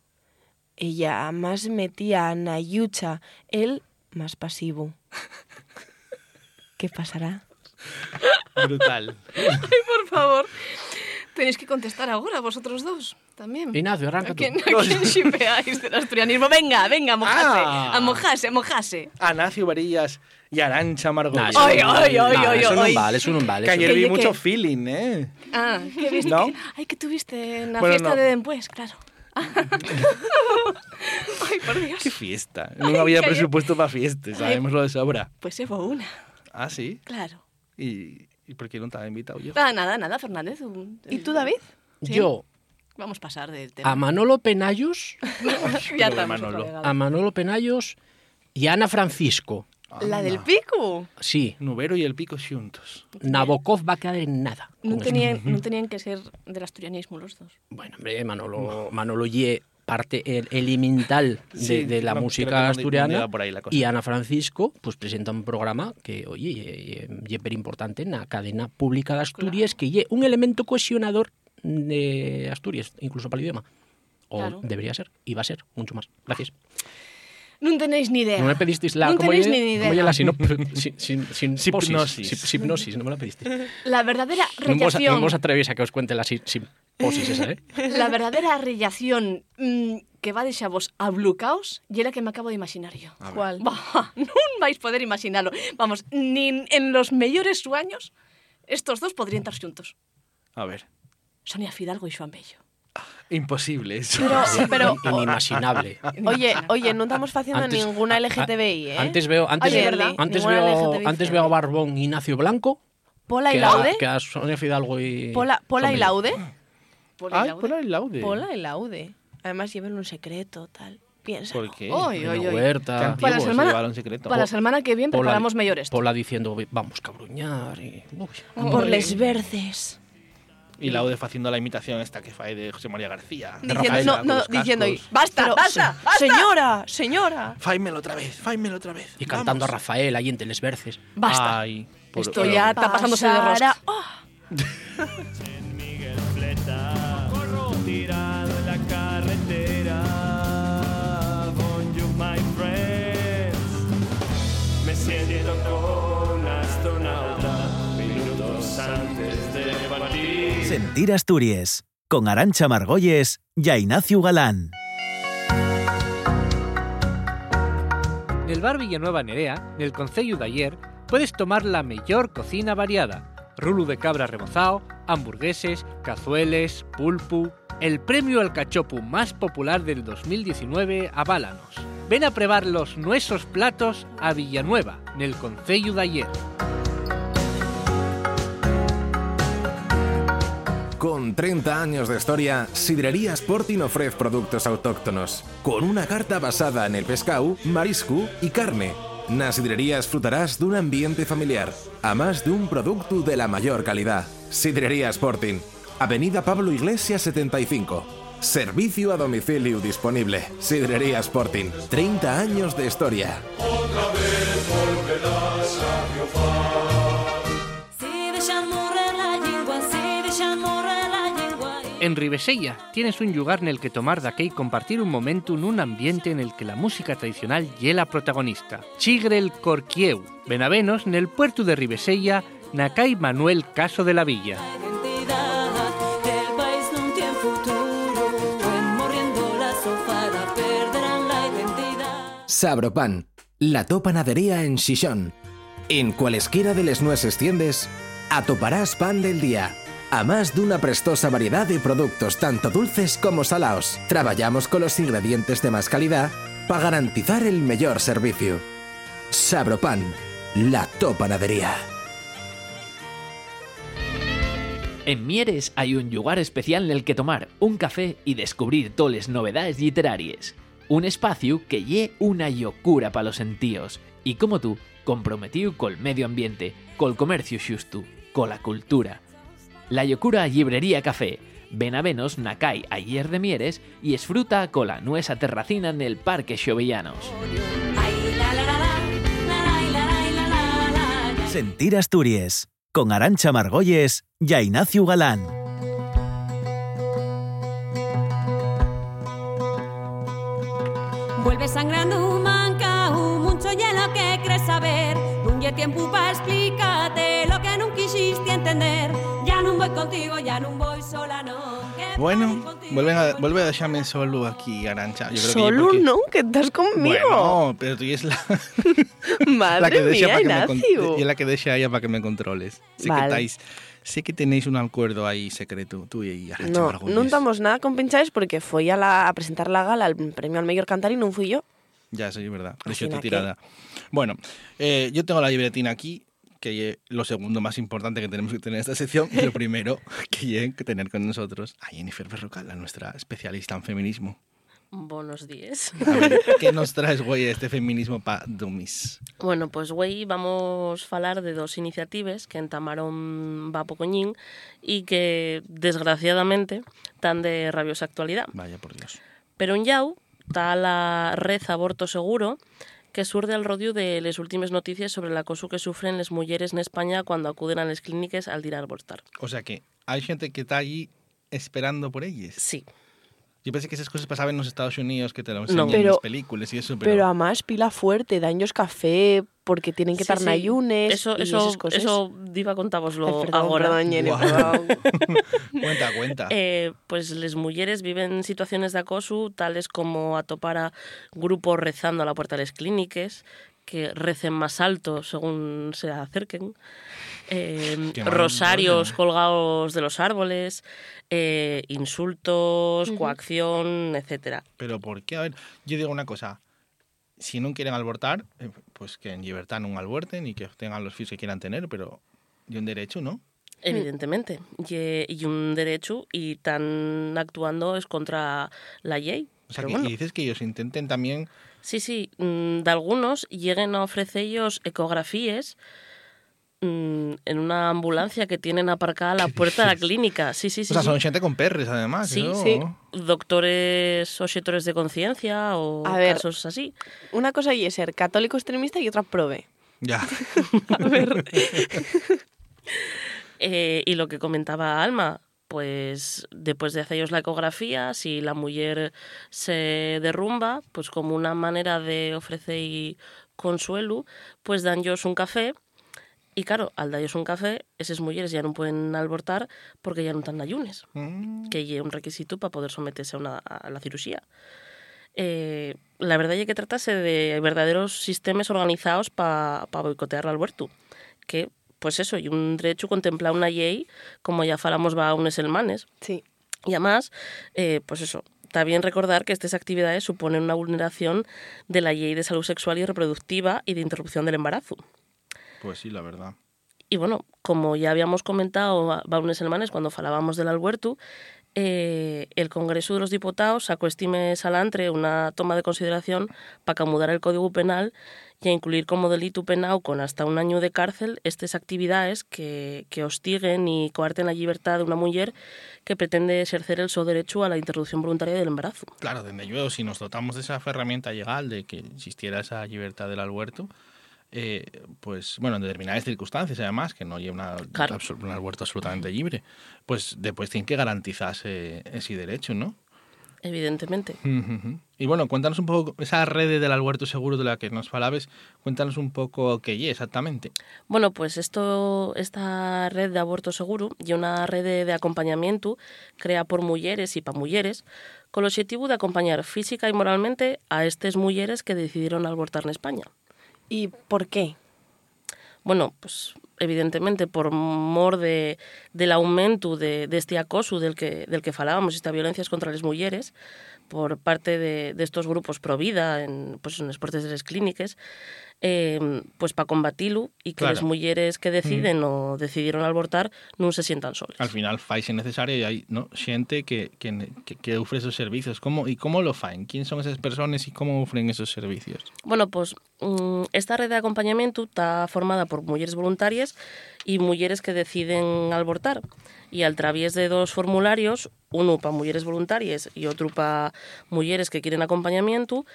[SPEAKER 3] Ella más metía a Nayucha, él más pasivo. ¿Qué pasará?
[SPEAKER 2] Brutal.
[SPEAKER 1] Por favor, tenéis que contestar ahora vosotros dos también.
[SPEAKER 5] Ignacio, arranca
[SPEAKER 1] ¿A
[SPEAKER 5] tú.
[SPEAKER 1] quién, a quién shipeáis del asturianismo? Venga, venga, mojase,
[SPEAKER 2] Ah.
[SPEAKER 1] a mojase, a mojase.
[SPEAKER 2] Anacio Varillas y Arancha Margot.
[SPEAKER 5] Nah, eso
[SPEAKER 1] Ay,
[SPEAKER 5] non-
[SPEAKER 1] ay, ay,
[SPEAKER 5] nah,
[SPEAKER 1] ay,
[SPEAKER 5] Eso non
[SPEAKER 1] ay.
[SPEAKER 5] vale, eso non vale.
[SPEAKER 2] que ayer
[SPEAKER 5] eso-
[SPEAKER 1] Que-
[SPEAKER 2] vi
[SPEAKER 1] que-
[SPEAKER 2] mucho feeling, ¿eh?
[SPEAKER 1] Ah, ¿qué viste?
[SPEAKER 2] ¿No?
[SPEAKER 1] Que- ay, que tuviste en la
[SPEAKER 2] Bueno,
[SPEAKER 1] fiesta
[SPEAKER 2] no.
[SPEAKER 1] de después, claro. ay, por Dios.
[SPEAKER 2] Qué fiesta. No había
[SPEAKER 1] que ayer-
[SPEAKER 2] presupuesto para fiestas, sabemos lo de sobra.
[SPEAKER 1] Pues llevo una,
[SPEAKER 2] Ah, sí.
[SPEAKER 1] claro.
[SPEAKER 2] ¿Y, y por qué no te había invitado yo?
[SPEAKER 1] Nada, Ah, nada, nada, Fernández. un-
[SPEAKER 3] ¿Y tú, David?
[SPEAKER 1] Sí.
[SPEAKER 5] Yo,
[SPEAKER 1] Vamos a pasar del
[SPEAKER 5] a
[SPEAKER 1] tema.
[SPEAKER 5] Manolo Penallos,
[SPEAKER 1] ya
[SPEAKER 2] Lo Ah, pues, de
[SPEAKER 1] estamos otra
[SPEAKER 2] Manolo.
[SPEAKER 1] vez.
[SPEAKER 5] a Manolo Penallos e a Ana Francisco.
[SPEAKER 2] Ah,
[SPEAKER 3] La del
[SPEAKER 5] Anda.
[SPEAKER 3] pico.
[SPEAKER 5] Sí,
[SPEAKER 2] Nubero y el pico juntos.
[SPEAKER 5] Nabokov va a quedar en nada.
[SPEAKER 1] No
[SPEAKER 5] con esto.
[SPEAKER 1] tenían, no tenían que ser del asturianismo los dos.
[SPEAKER 5] Bueno, hombre, Manolo, Manolo Ye, parte el- elemental de,
[SPEAKER 2] Sí,
[SPEAKER 5] de la
[SPEAKER 2] no, creo que
[SPEAKER 5] música
[SPEAKER 2] no- no
[SPEAKER 5] asturiana.
[SPEAKER 2] iba por ahí la cosa.
[SPEAKER 5] y Ana Francisco, pues presenta un programa que, oye, é- é- é importante na cadena pública de Asturias, que lle un elemento cohesionador de Asturias, incluso para el idioma. O
[SPEAKER 1] Claro.
[SPEAKER 5] debería ser, iba a ser, mucho más. Gracias.
[SPEAKER 1] No tenéis ni idea.
[SPEAKER 5] No me pedisteis la...
[SPEAKER 1] Eh, No
[SPEAKER 5] como
[SPEAKER 1] tenéis
[SPEAKER 5] lle-
[SPEAKER 1] ni idea.
[SPEAKER 5] como lle la sinop- sin, sin, sin posis,
[SPEAKER 2] Sipnosis.
[SPEAKER 5] sip- sipnosis, no me la pedisteis.
[SPEAKER 1] La verdadera
[SPEAKER 5] No vos,
[SPEAKER 1] rellación.
[SPEAKER 5] os atrevéis a que os cuente la sin, posis esa, ¿eh?
[SPEAKER 1] La verdadera rellación mm, que va de xavos a blucaos y la que me acabo de imaginar yo.
[SPEAKER 3] ¿Cuál?
[SPEAKER 1] Bah, non vais poder imaginarlo. Vamos, nin en los mellores sueños estos dos podrían estar juntos.
[SPEAKER 2] A ver.
[SPEAKER 1] Sonia Fidalgo y Joan Bello.
[SPEAKER 2] Imposible eso.
[SPEAKER 3] Pero, pero
[SPEAKER 5] Inimaginable.
[SPEAKER 3] oye, oye, no estamos haciendo ninguna LGTBI, ¿eh?
[SPEAKER 5] a- Antes veo, antes,
[SPEAKER 3] Oye,
[SPEAKER 5] veo-
[SPEAKER 3] ¿verdad?
[SPEAKER 5] antes
[SPEAKER 3] Ninguna
[SPEAKER 5] veo,
[SPEAKER 3] LGTBI
[SPEAKER 5] antes
[SPEAKER 3] friendly.
[SPEAKER 5] veo a Barbón y Ignacio Blanco.
[SPEAKER 3] Pola y
[SPEAKER 5] que a,
[SPEAKER 3] Laude.
[SPEAKER 5] que a Sonia Fidalgo y.
[SPEAKER 3] Pola, Pola y
[SPEAKER 5] Sonia.
[SPEAKER 3] Laude.
[SPEAKER 1] Pola
[SPEAKER 2] Ay,
[SPEAKER 1] Laude.
[SPEAKER 2] por el laude.
[SPEAKER 3] Pola y Laude. Además llevan un secreto, tal. Piensa.
[SPEAKER 2] ¿Por qué?
[SPEAKER 1] Oi,
[SPEAKER 5] Elena
[SPEAKER 1] oi, oi.
[SPEAKER 2] Qué
[SPEAKER 5] Huerta.
[SPEAKER 2] antiguo
[SPEAKER 1] Oh, Para la
[SPEAKER 2] se
[SPEAKER 1] semana-
[SPEAKER 2] llevaron secreto.
[SPEAKER 1] Para la semana que viene
[SPEAKER 5] Pola-
[SPEAKER 1] preparamos mellores.
[SPEAKER 5] Pola diciendo, vamos cabruñar. Y, uy,
[SPEAKER 3] Por les verdes.
[SPEAKER 2] Y laude haciendo la imitación esta que fue de José María García. de
[SPEAKER 3] Diciendo,
[SPEAKER 2] Rafaela,
[SPEAKER 3] no,
[SPEAKER 2] con
[SPEAKER 3] no,
[SPEAKER 2] los
[SPEAKER 3] diciendo,
[SPEAKER 2] cascos.
[SPEAKER 3] basta,
[SPEAKER 1] Pero,
[SPEAKER 3] basta,
[SPEAKER 1] se-
[SPEAKER 3] basta. Señora, señora.
[SPEAKER 2] Fáimelo otra vez, fáimelo otra vez.
[SPEAKER 5] y cantando
[SPEAKER 2] Vamos.
[SPEAKER 5] a Rafael ahí en Telesverces.
[SPEAKER 1] Basta.
[SPEAKER 2] Ay, por-
[SPEAKER 1] Esto
[SPEAKER 2] por-
[SPEAKER 1] ya está pasándose de rosca.
[SPEAKER 3] Pasará- Oh,
[SPEAKER 8] En Miguel Fleta, tirado en la carretera. Bonjour, my friends. Me siento con un astronauta minutos antes de partir.
[SPEAKER 9] Sentir Asturias con Arancha Margolles y a Ignacio Galán.
[SPEAKER 10] Nel bar Villanueva Nerea, nel Concello de ayer, puedes tomar la mejor cocina variada. Rulo de cabra rebozado, hamburgueses, cazueles, pulpu... El premio al cachopu más popular del 2019 a Bálanos. Ven a probar los nuestros platos a Villanueva, nel Concello de ayer.
[SPEAKER 11] Con 30 años de historia, Sidrería Sporting ofrece productos autóctonos, con una carta basada en el pescado, marisco y carne. Nas sidrerías frutarás de un ambiente familiar, a más de un producto de la mayor calidad. Sidrería Sporting, Avenida Pablo Iglesias 75. Servicio a domicilio disponible. Sidrería Sporting, 30 años de historia.
[SPEAKER 10] En Ribesella tienes un lugar en el que tomar daqué y compartir un momento en un ambiente en el que la música tradicional ye la protagonista. Chigre el Corquieu, Benavenos, en el puerto de Ribesella, Nakai Manuel Caso de la Villa. pues
[SPEAKER 11] Sabropan, la to panadería en Xixón. En cualesquiera de las nueces tiendes, atoparás pan del día. A más de una prestosa variedad de productos tanto dulces como salados. Trabajamos con los ingredientes de más calidad para garantizar el mejor servicio. Sabropan, la to panadería.
[SPEAKER 12] En Mieres hay un lugar especial en el que tomar un café y descubrir toles novedades literarias. Un espacio que lle una locura para los sentíos y como tú, comprometido col medio ambiente, col comercio xusto, cola cultura. La locura Librería Café. Ven a Venos, Nakai, ayer de Mieres y disfruta con la nueva terracina en el Parque Xovellanos.
[SPEAKER 9] Sentir Asturias con Arancha Margolles y a Ignacio Galán.
[SPEAKER 13] Vuelve sangrando un mancao, mucho hielo que crees saber. No hay tiempo para explicarte lo que nunca quisiste entender. Ya no voy contigo, ya no voy sola, no.
[SPEAKER 2] Bueno, vuelven a, vuelve a dejarme solo aquí, Arancha. Yo creo que
[SPEAKER 3] Solo
[SPEAKER 2] porque-
[SPEAKER 3] no, que estás conmigo.
[SPEAKER 2] Bueno, pero tú es la,
[SPEAKER 3] Madre
[SPEAKER 2] la que
[SPEAKER 3] mía,
[SPEAKER 2] desea para que me con-
[SPEAKER 3] Ignacio.
[SPEAKER 2] y es la que desea ella para que me controles. Sé
[SPEAKER 3] Vale.
[SPEAKER 2] que estáis, sé que tenéis un acuerdo ahí secreto, tú y Arancha
[SPEAKER 3] No,
[SPEAKER 2] Margolles.
[SPEAKER 3] non estamos nada con pincháis porque foi a, la, a presentar la gala al premio al mellor cantar e non fui yo.
[SPEAKER 2] Ya, sí, es verdad. Lo
[SPEAKER 3] Así
[SPEAKER 2] tu
[SPEAKER 3] na que-
[SPEAKER 2] tirada. Bueno, eh, yo tengo la libretina aquí, que es lo segundo más importante que tenemos que tener en esta sección. Y lo primero que hay que tener con nosotros a Jennifer Berrocal, la nuestra especialista en feminismo.
[SPEAKER 14] Buenos días.
[SPEAKER 2] ¿Qué nos traes, güey, este feminismo pa dummies?
[SPEAKER 14] Bueno, pues güey, vamos falar de dos iniciativas que entamaron Vapo Coñín y que, desgraciadamente, tan de rabiosa actualidad.
[SPEAKER 2] Vaya, por Dios.
[SPEAKER 14] Pero en Yau está la red Aborto Seguro, que surde al rodiu de les últimes noticias sobre l'acoso que sufren les mulleres en España cuando acuden a les clíniques al dir a abortar.
[SPEAKER 2] O sea que hay gente que está allí esperando por ellas.
[SPEAKER 14] Sí.
[SPEAKER 2] Yo pensé que esas cosas pasaban en los Estados Unidos, que te lo enseñan en
[SPEAKER 3] pero-
[SPEAKER 2] las películas y eso, pero...
[SPEAKER 3] Pero además pila fuerte, daños café, porque tienen
[SPEAKER 14] Sí,
[SPEAKER 3] que estar
[SPEAKER 14] sí.
[SPEAKER 3] ayunes
[SPEAKER 14] Eso,
[SPEAKER 3] y
[SPEAKER 14] eso,
[SPEAKER 3] esas cosas.
[SPEAKER 14] eso diva contávoslo
[SPEAKER 3] Ay, perdón,
[SPEAKER 14] ahora.
[SPEAKER 3] perdón, Jenny, Guau. perdón.
[SPEAKER 2] cuenta, cuenta.
[SPEAKER 14] Eh, pues las mujeres viven situaciones de acoso tales como atopar a grupos rezando a la puerta de las clínicas, que recen más alto según se acerquen, eh,
[SPEAKER 13] Qué mal
[SPEAKER 14] rosarios
[SPEAKER 13] rollo.
[SPEAKER 14] colgados de los árboles, eh, insultos,
[SPEAKER 2] Ujú.
[SPEAKER 14] coacción, etcétera.
[SPEAKER 2] Pero ¿por qué? A ver, yo digo una cosa. Si no quieren abortar, eh, pues que en libertad no aborten y que tengan los fijos que quieran tener, pero de un derecho, ¿no?
[SPEAKER 14] Evidentemente. Y, y un derecho y tan actuando es contra la ley.
[SPEAKER 2] O sea,
[SPEAKER 14] Pero
[SPEAKER 2] que
[SPEAKER 14] bueno.
[SPEAKER 2] y dices que ellos intenten también...
[SPEAKER 14] Sí, sí, mm, de algunos lleguen a ofrecerlos ecografías mm, en una ambulancia que tienen aparcada a la puerta de la clínica. Sí, sí, sí.
[SPEAKER 2] o sea,
[SPEAKER 14] sí.
[SPEAKER 2] son gente con perres, además.
[SPEAKER 14] Sí,
[SPEAKER 2] ¿no?
[SPEAKER 14] sí. Doctores o xetores de conciencia o
[SPEAKER 3] A ver,
[SPEAKER 14] casos así.
[SPEAKER 3] Una cosa y es ser católico extremista y otra prove.
[SPEAKER 2] Ya.
[SPEAKER 3] A ver.
[SPEAKER 14] Eh, y lo que comentaba Alma, pues después de haceros la ecografía, si la mujer se derrumba, pues como una manera de ofrecer consuelo, pues dan ellos un café. Y claro, al darles un café, esas mujeres ya no pueden abortar porque ya no están ayunes, que es un requisito para poder someterse a, una, a la cirugía. Eh, la verdad es que tratase de verdaderos sistemas organizados para boicotear al huerto, que pues eso, y un derecho contemplar una ley, como ya falamos, va a unes elmanes.
[SPEAKER 3] Sí.
[SPEAKER 14] Y además, eh, pues eso, está bien recordar que estas actividades suponen una vulneración de la ley de salud sexual y reproductiva y de interrupción del embarazo.
[SPEAKER 2] Pues sí, la verdad.
[SPEAKER 14] Y bueno, como ya habíamos comentado a- va unes hermanes cuando falábamos del Alberto, eh, el Congreso de los Diputados sacó este estime salantre una toma de consideración para mudar el Código Penal y a incluir como delito penal con hasta un año de cárcel estas actividades que, que hostiguen y coarten la libertad de una mujer que pretende ejercer el su derecho a la interrupción voluntaria del embarazo.
[SPEAKER 2] Claro, desde luego, si nos dotamos de esa herramienta legal de que existiera esa libertad del alberto, eh, pues bueno, en determinadas circunstancias además, que no lleve una, absol- un alberto absolutamente libre, pues después tienen que garantizarse ese derecho, ¿no?
[SPEAKER 14] Evidentemente.
[SPEAKER 2] Ujujú. Y bueno, cuéntanos un poco, esa red del alberto seguro de la que nos falabes, cuéntanos un poco qué es exactamente.
[SPEAKER 14] Bueno, pues esto, esta red de aborto seguro y una red de, de acompañamiento creada por mujeres y para mujeres con el objetivo de acompañar física y moralmente a estas mujeres que decidieron abortar en España.
[SPEAKER 3] ¿Y por qué?
[SPEAKER 14] Bueno, pues evidentemente por mor de, del aumento de, de este acoso del que, del que falábamos, estas violencias contra las mujeres, por parte de, de estos grupos pro vida, en, pues en los portes de las clínicas, eh, pues para combatirlo y que
[SPEAKER 2] Claro. Mm.
[SPEAKER 14] las mujeres que deciden o decidieron abortar no se sientan solas.
[SPEAKER 2] Al final, fai es necesario y hay ¿no? gente que, que, que, que ofrece esos servicios. ¿Cómo, ¿Y cómo lo faen? ¿Quién son esas personas y cómo ofrecen esos servicios?
[SPEAKER 14] Bueno, pues mm, esta red de acompañamiento está formada por mujeres voluntarias y mujeres que deciden abortar. Y al través de dos formularios, uno para mujeres voluntarias y otro para mujeres que quieren acompañamiento,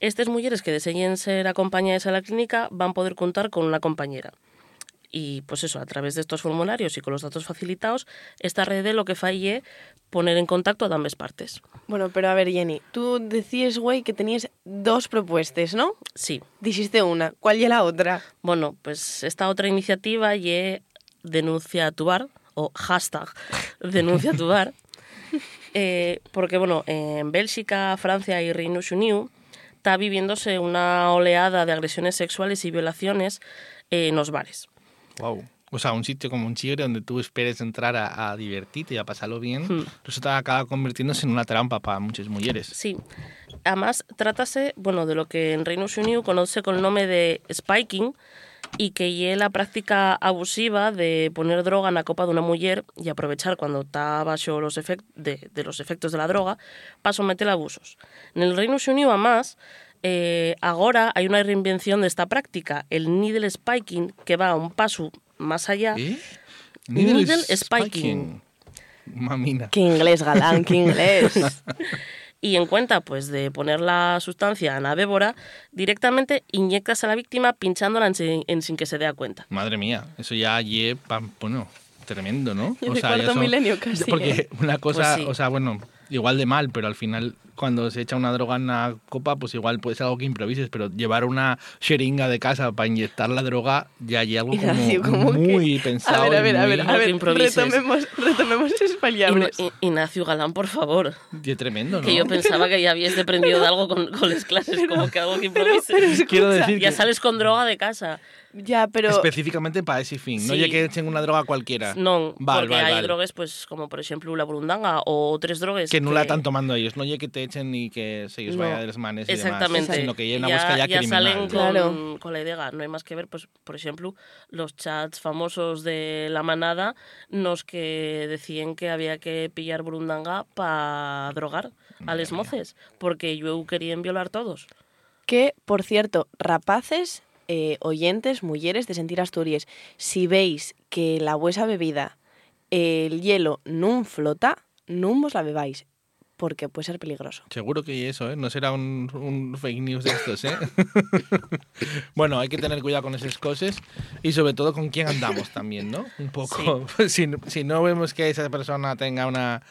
[SPEAKER 14] estas mujeres que deseen ser acompañadas a la clínica van a poder contar con una compañera. Y pues eso, a través de estos formularios y con los datos facilitados, esta red lo que falle poner en contacto a ambas partes.
[SPEAKER 3] Bueno, pero a ver, Jenny, tú decías, güey, que tenías dos propuestas, ¿no?
[SPEAKER 14] Sí.
[SPEAKER 3] Dijiste una, ¿cuál y la otra?
[SPEAKER 14] Bueno, pues esta otra iniciativa y denuncia a tu bar o hashtag denuncia a tu bar eh, porque bueno en Bélgica, Francia y Reino Unido está viviéndose una oleada de agresiones sexuales y violaciones eh, en los bares.
[SPEAKER 2] Wow. O sea, un sitio como un chigre donde tú esperes entrar a, a divertirte y a pasarlo bien, resulta acaba convirtiéndose en una trampa para muchas mujeres.
[SPEAKER 14] Sí. Además, trátase, bueno, de lo que en Reino Unido conoce con el nombre de spiking, e que é a práctica abusiva de poner droga na copa dunha muller e aprovechar cando está baixo los efect de, de los efectos de la droga para someter a abusos. Nel Reino Xunido, a más, eh, agora hai unha reinvención desta práctica, el needle spiking, que va un paso máis allá.
[SPEAKER 2] ¿Eh?
[SPEAKER 14] Needle, spiking.
[SPEAKER 2] spiking. Mamina.
[SPEAKER 3] Qué inglés, galán, qué inglés.
[SPEAKER 14] y en cuenta pues de poner la sustancia a la víbora, directamente inyectas a la víctima pinchándola en sin, en sin que se dé cuenta.
[SPEAKER 2] Madre mía, eso ya lleva, bueno, tremendo, ¿no?
[SPEAKER 14] Y de cuarto milenio casi,
[SPEAKER 2] ya- Porque
[SPEAKER 14] ¿eh?
[SPEAKER 2] una cosa,
[SPEAKER 14] Pues sí.
[SPEAKER 2] o sea, bueno, igual de mal, pero al final cuando se echa una droga en una copa, pues igual puede ser algo que improvises, pero llevar una jeringa de casa para inyectar la droga ya hay algo
[SPEAKER 3] Ignacio,
[SPEAKER 2] como,
[SPEAKER 3] ¿cómo que?
[SPEAKER 2] muy pensado.
[SPEAKER 3] A ver, a
[SPEAKER 2] y
[SPEAKER 3] ver, a
[SPEAKER 2] muy-
[SPEAKER 3] ver, a ver, retomemos, retomemos esos paliables.
[SPEAKER 14] Ign- Ignacio Galán, por favor.
[SPEAKER 2] Qué tremendo, ¿no?
[SPEAKER 14] Que yo pensaba que ya habías deprendido de algo con, con las clases, como que algo que improvises.
[SPEAKER 2] Quiero decir
[SPEAKER 14] ya
[SPEAKER 2] que-
[SPEAKER 14] sales con droga de casa.
[SPEAKER 3] Ya, pero...
[SPEAKER 2] Específicamente para ese fin, no
[SPEAKER 14] Sí.
[SPEAKER 2] ya que echen una droga cualquiera.
[SPEAKER 14] No,
[SPEAKER 2] Val,
[SPEAKER 14] porque
[SPEAKER 2] val,
[SPEAKER 14] hay
[SPEAKER 2] val.
[SPEAKER 14] drogues pues como por ejemplo la burundanga o tres drogues
[SPEAKER 2] Que no la están tomando ellos, no ya que te echen y que se ellos vaya de las manes y demás,
[SPEAKER 14] Exactamente.
[SPEAKER 2] sino que ya hay una busca ya, criminal.
[SPEAKER 14] salen con,
[SPEAKER 3] Claro.
[SPEAKER 14] con la idea, no hay más que ver, pues por ejemplo, los chats famosos de la manada, los que decían que había que pillar burundanga para drogar a les moces, porque yo querían violar todos.
[SPEAKER 3] Que, por cierto, rapaces, eh, oyentes, mulleres de Sentir Asturias, si veis que la vuesa bebida, el hielo, nun flota, nun vos la bebáis, porque puede ser peligroso.
[SPEAKER 2] Seguro que eso, ¿eh? No será un, un fake news de estos, ¿eh? bueno, hay que tener cuidado con esas cosas y sobre todo con quién andamos también, ¿no? Un poco. pues, Si, si no vemos que esa persona tenga una,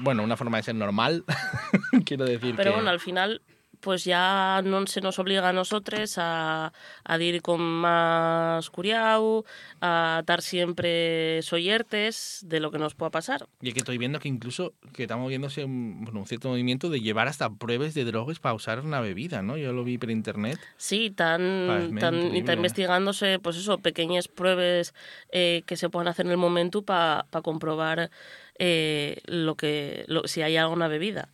[SPEAKER 2] bueno, una forma de ser normal, quiero decir
[SPEAKER 14] Pero
[SPEAKER 2] que...
[SPEAKER 14] bueno, al final pues ya non se nos obliga a nosotros a, a ir con más curiao, a estar siempre sollertes de lo que nos pueda pasar.
[SPEAKER 2] Y es que estoy viendo que incluso que estamos viéndose un, bueno, un cierto movimiento de llevar hasta pruebas de drogas para usar una bebida, ¿no? Yo lo vi por internet.
[SPEAKER 14] Sí, tan,
[SPEAKER 2] Joder, men,
[SPEAKER 14] tan- y
[SPEAKER 2] increíble,
[SPEAKER 14] está
[SPEAKER 2] ¿eh?
[SPEAKER 14] investigándose, pues eso, pequeñas pruebas eh, que se puedan hacer en el momento para comprobar eh, lo que lo- si hay alguna bebida.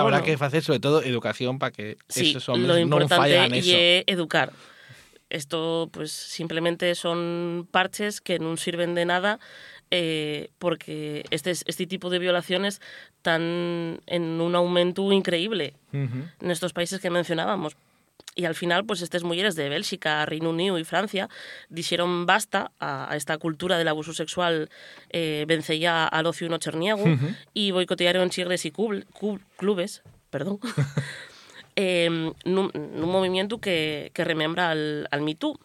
[SPEAKER 14] Pero
[SPEAKER 2] habrá
[SPEAKER 14] bueno,
[SPEAKER 2] que hacer sobre todo educación para que
[SPEAKER 14] sí,
[SPEAKER 2] esos hombres
[SPEAKER 14] lo
[SPEAKER 2] no fallan
[SPEAKER 14] importante
[SPEAKER 2] eso.
[SPEAKER 14] y es educar. Esto, pues, simplemente son parches que no sirven de nada eh, porque este, este tipo de violaciones están en un aumento increíble.
[SPEAKER 2] Ujú.
[SPEAKER 14] en estos países que mencionábamos. Y al final, pues estas mujeres de Bélgica, Reino Unido y Francia dijeron basta a, a esta cultura del abuso sexual eh, vencella al ocio nocherniego
[SPEAKER 13] Ujú.
[SPEAKER 14] y boicotearon chigres y cubl- cub- clubes, perdón, eh, nun, nun movimiento que, que remembra al, al Me Too.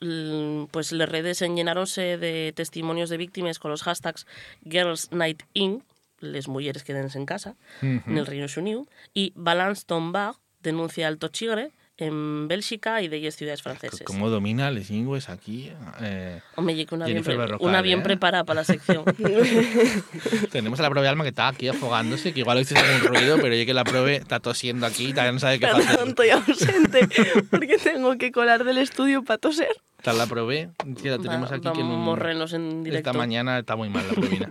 [SPEAKER 14] L- Pues las redes llenáronse de testimonios de víctimas con los hashtags Girls Night In, les mujeres quédense en casa,
[SPEAKER 13] Ujú.
[SPEAKER 14] en el Reino Unido, y Balance Tombard denuncia Alto Chigre en Bélgica y de 10 ciudades francesas.
[SPEAKER 2] Pues, ¿Cómo domina les lingües aquí? Eh,
[SPEAKER 14] Hombre, y que una bien,
[SPEAKER 2] Jennifer
[SPEAKER 14] pre-
[SPEAKER 2] Berrocal,
[SPEAKER 14] una bien
[SPEAKER 2] ¿eh?
[SPEAKER 14] preparada para la sección.
[SPEAKER 2] Tenemos a la propia alma que está aquí afogándose, que igual existe algún ruido, pero ya que la prove está tosiendo aquí, todavía no sabe qué hacer.
[SPEAKER 3] Perdón, estoy ausente, porque tengo que colar del estudio para toser.
[SPEAKER 2] Está la prove, que la tenemos
[SPEAKER 14] Va-
[SPEAKER 2] aquí que
[SPEAKER 14] vamos
[SPEAKER 2] no-
[SPEAKER 14] morrenos en directo.
[SPEAKER 2] Esta mañana está muy mal la provina.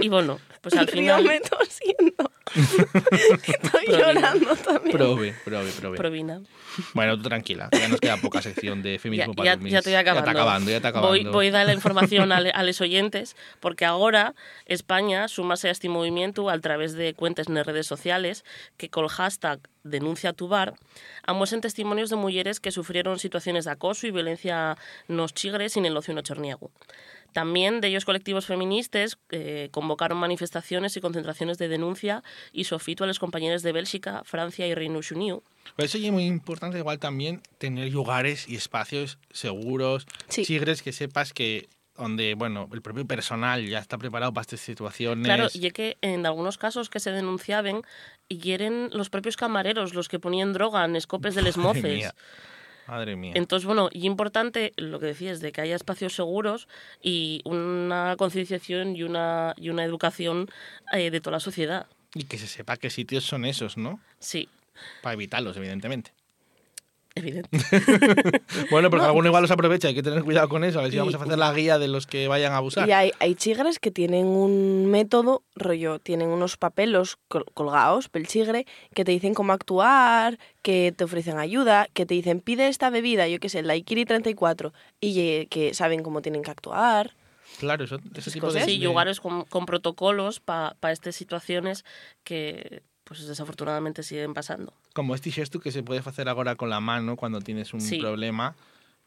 [SPEAKER 14] Y bueno, pues al final...
[SPEAKER 3] Ríome tosiendo. Estoy
[SPEAKER 14] Provina.
[SPEAKER 3] llorando
[SPEAKER 2] pues,
[SPEAKER 3] también.
[SPEAKER 2] Prove, prove, prove.
[SPEAKER 14] Provina.
[SPEAKER 2] Bueno, tú tranquila, ya nos queda poca sección de
[SPEAKER 14] Ya,
[SPEAKER 2] feminismo para
[SPEAKER 14] ya,
[SPEAKER 2] dormir.
[SPEAKER 14] ya estoy acabando.
[SPEAKER 2] Ya está acabando, ya está acabando.
[SPEAKER 14] Voy, voy a dar la información a, le- a los oyentes, porque ahora España súmase a este movimiento a través de cuentas en las redes sociales que con el hashtag denuncia tu bar amuesen testimonios de mujeres que sufrieron situaciones de acoso y violencia nos chigres sin el ocio nocherniego. También de ellos colectivos feministas eh, convocaron manifestaciones y concentraciones de denuncia y sofito a los compañeros de Bélgica, Francia y Reino Unido.
[SPEAKER 2] Por eso es muy importante igual también tener lugares y espacios seguros,
[SPEAKER 14] Sí.
[SPEAKER 2] chigres que sepas que donde, bueno, el propio personal ya está preparado para estas situaciones.
[SPEAKER 14] Claro, y es que en algunos casos que se denunciaban, y eran los propios camareros los que ponían droga en escopes de les
[SPEAKER 2] Madre
[SPEAKER 14] moces.
[SPEAKER 2] mía. Madre mía.
[SPEAKER 14] Entonces, bueno, y importante lo que decías de que haya espacios seguros y una concienciación y una, y una educación eh, de toda la sociedad.
[SPEAKER 2] Y que se sepa qué sitios son esos, ¿no?
[SPEAKER 14] Sí.
[SPEAKER 2] Para evitarlos, evidentemente.
[SPEAKER 14] evidente.
[SPEAKER 2] bueno, porque
[SPEAKER 14] pues
[SPEAKER 2] alguno igual los aprovecha, hay que tener cuidado con eso. A ver si
[SPEAKER 3] Y-
[SPEAKER 2] vamos a hacer la guía de los que vayan a abusar.
[SPEAKER 3] Y hay, hay chigres que tienen un método, rollo, tienen unos papelos col- colgados pel chigre que te dicen cómo actuar, que te ofrecen ayuda, que te dicen pide esta bebida, yo qué sé, la Ikiri 34, y eh, que saben cómo tienen que actuar.
[SPEAKER 2] Claro, eso, ese Este tipo de...
[SPEAKER 14] Sí,
[SPEAKER 2] de-
[SPEAKER 14] lugares con, con protocolos para estas situaciones que pues desafortunadamente siguen pasando.
[SPEAKER 2] Como este gesto que se puede hacer ahora con la mano cuando tienes un
[SPEAKER 14] Sí.
[SPEAKER 2] problema,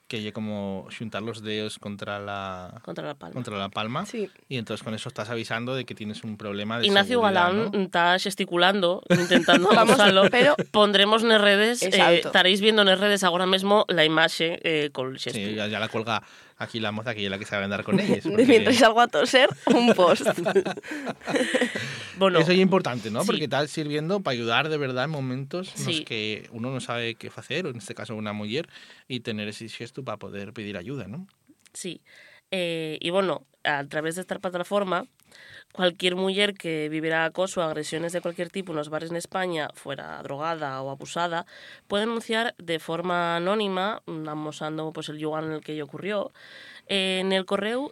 [SPEAKER 2] que es como juntar los dedos contra la...
[SPEAKER 14] Contra la palma.
[SPEAKER 2] Contra la palma.
[SPEAKER 14] Sí.
[SPEAKER 2] Y entonces con eso estás avisando de que tienes un problema de
[SPEAKER 14] Ignacio
[SPEAKER 2] seguridad,
[SPEAKER 14] Galán mm,
[SPEAKER 2] ¿no?
[SPEAKER 14] está gesticulando, intentando
[SPEAKER 3] Vamos,
[SPEAKER 14] acusarlo,
[SPEAKER 3] pero-
[SPEAKER 14] pondremos en redes, eh,
[SPEAKER 3] Exacto.
[SPEAKER 14] estaréis viendo en redes ahora mismo la imagen eh, con el gesto.
[SPEAKER 2] Sí, ya, ya la cuelga aquí la moza que es la que sabe andar con ellos.
[SPEAKER 3] De mientras salgo a toser, un post.
[SPEAKER 14] Bueno,
[SPEAKER 2] Eso es importante, ¿no?
[SPEAKER 14] sí.
[SPEAKER 2] Porque está sirviendo para ayudar de verdad en momentos en
[SPEAKER 14] Sí.
[SPEAKER 2] los que uno no sabe qué hacer, o en este caso una mujer, y tener ese gesto para poder pedir ayuda, ¿no?
[SPEAKER 14] Sí. Eh, y bueno, a través de esta plataforma, cualquier mujer que vivirá acoso o agresiones de cualquier tipo en los bares en España, fuera drogada o abusada, puede denunciar de forma anónima, mm, amosando pues, el lugar en el que ello ocurrió, eh, en el correo